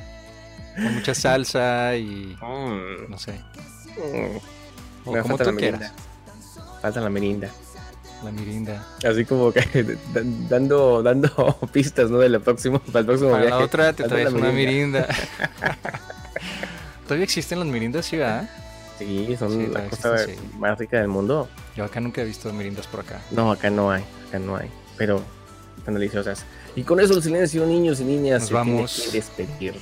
Con mucha salsa y Mm, no sé. mm. O Me como falta tú la quieras. Falta la merinda. La mirinda. Así como que (laughs) da- dando, dando (laughs) pistas, ¿no? De la próxima, para el próximo Para viaje. la otra te Falta la traes una mirinda. (laughs) (laughs) Todavía existen las mirindas, sí, ¿verdad? Sí, son Sí, la todavía cosa existen, sí. más rica del mundo. Yo acá nunca he visto mirindas por acá. No, acá no hay, acá no hay, pero están deliciosas. Y con eso el silencio, niños y niñas, Nos se tiene vamos. que despedir.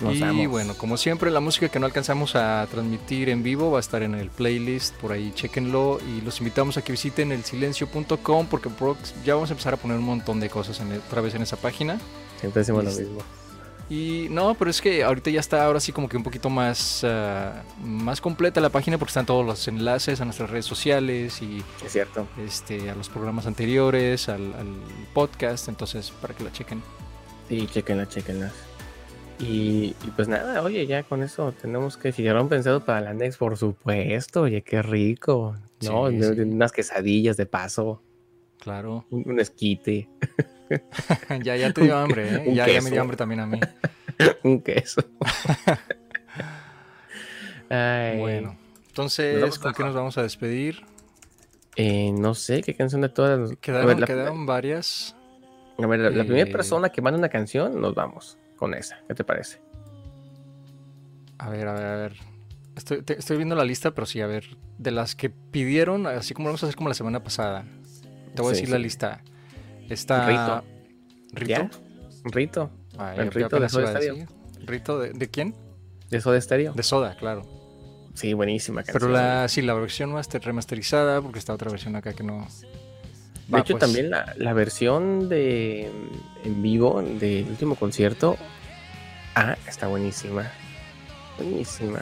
Nos y vamos. bueno, como siempre, la música que no alcanzamos a transmitir en vivo va a estar en el playlist, por ahí chequenlo y los invitamos a que visiten elsilencio.com porque prox- ya vamos a empezar a poner un montón de cosas en, e, otra vez en esa página. siempre decimos lo Listo. mismo. Y no, pero es que ahorita ya está ahora sí como que un poquito más, ah, más completa la página porque están todos los enlaces a nuestras redes sociales y Es cierto. este, a los programas anteriores, al, al podcast, entonces para que la chequen. Sí, chequenla, chequenla. Y, y pues nada, oye, ya con eso tenemos que un pensado para la next, por supuesto. Oye, qué rico. No, Sí, De- sí. de unas quesadillas de paso, Claro, un, un esquite, (laughs) (laughs) ya, ya te dio hambre, ¿eh? un ya, ya me queso. dio hambre también a mí. un (laughs) queso. Ay, Bueno, Nos entonces, vamos ¿con a- qué nos vamos a despedir? eh, no sé qué canción de todas. nos- a ver, Quedaron, la- quedaron varias. A ver, la, la primera Eh, persona que manda una canción, nos vamos con esa. ¿Qué te parece? A ver, a ver, a ver. Estoy, te- estoy viendo la lista, pero sí, a ver. De las que pidieron, así como lo vamos a hacer como la semana pasada. Te voy a Sí, decir la sí. lista. Está. ¿Rito? ¿Ya? Rito, Ah, El yo Rito apenas de iba Soda a decir. ¿Rito de, de quién? de Soda Stereo. De Soda, claro. Sí, buenísima canción. Pero la, sí, la versión master- remasterizada, porque está otra versión acá que no. de Va, hecho, pues, también la, la versión de en vivo del último concierto. Ah, está buenísima. Buenísima.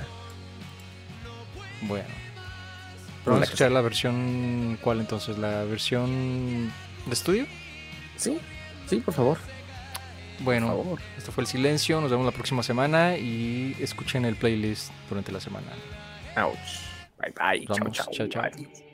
Bueno. Pero Una vamos a canción. escuchar la versión. ¿Cuál entonces? ¿La versión de estudio? Sí, sí, por favor. Por Bueno, favor. Esto fue El Silencio, nos vemos la próxima semana y escuchen el playlist durante la semana. Ouch. Bye bye. Chao, Vamos, chao. chao, chao. Bye.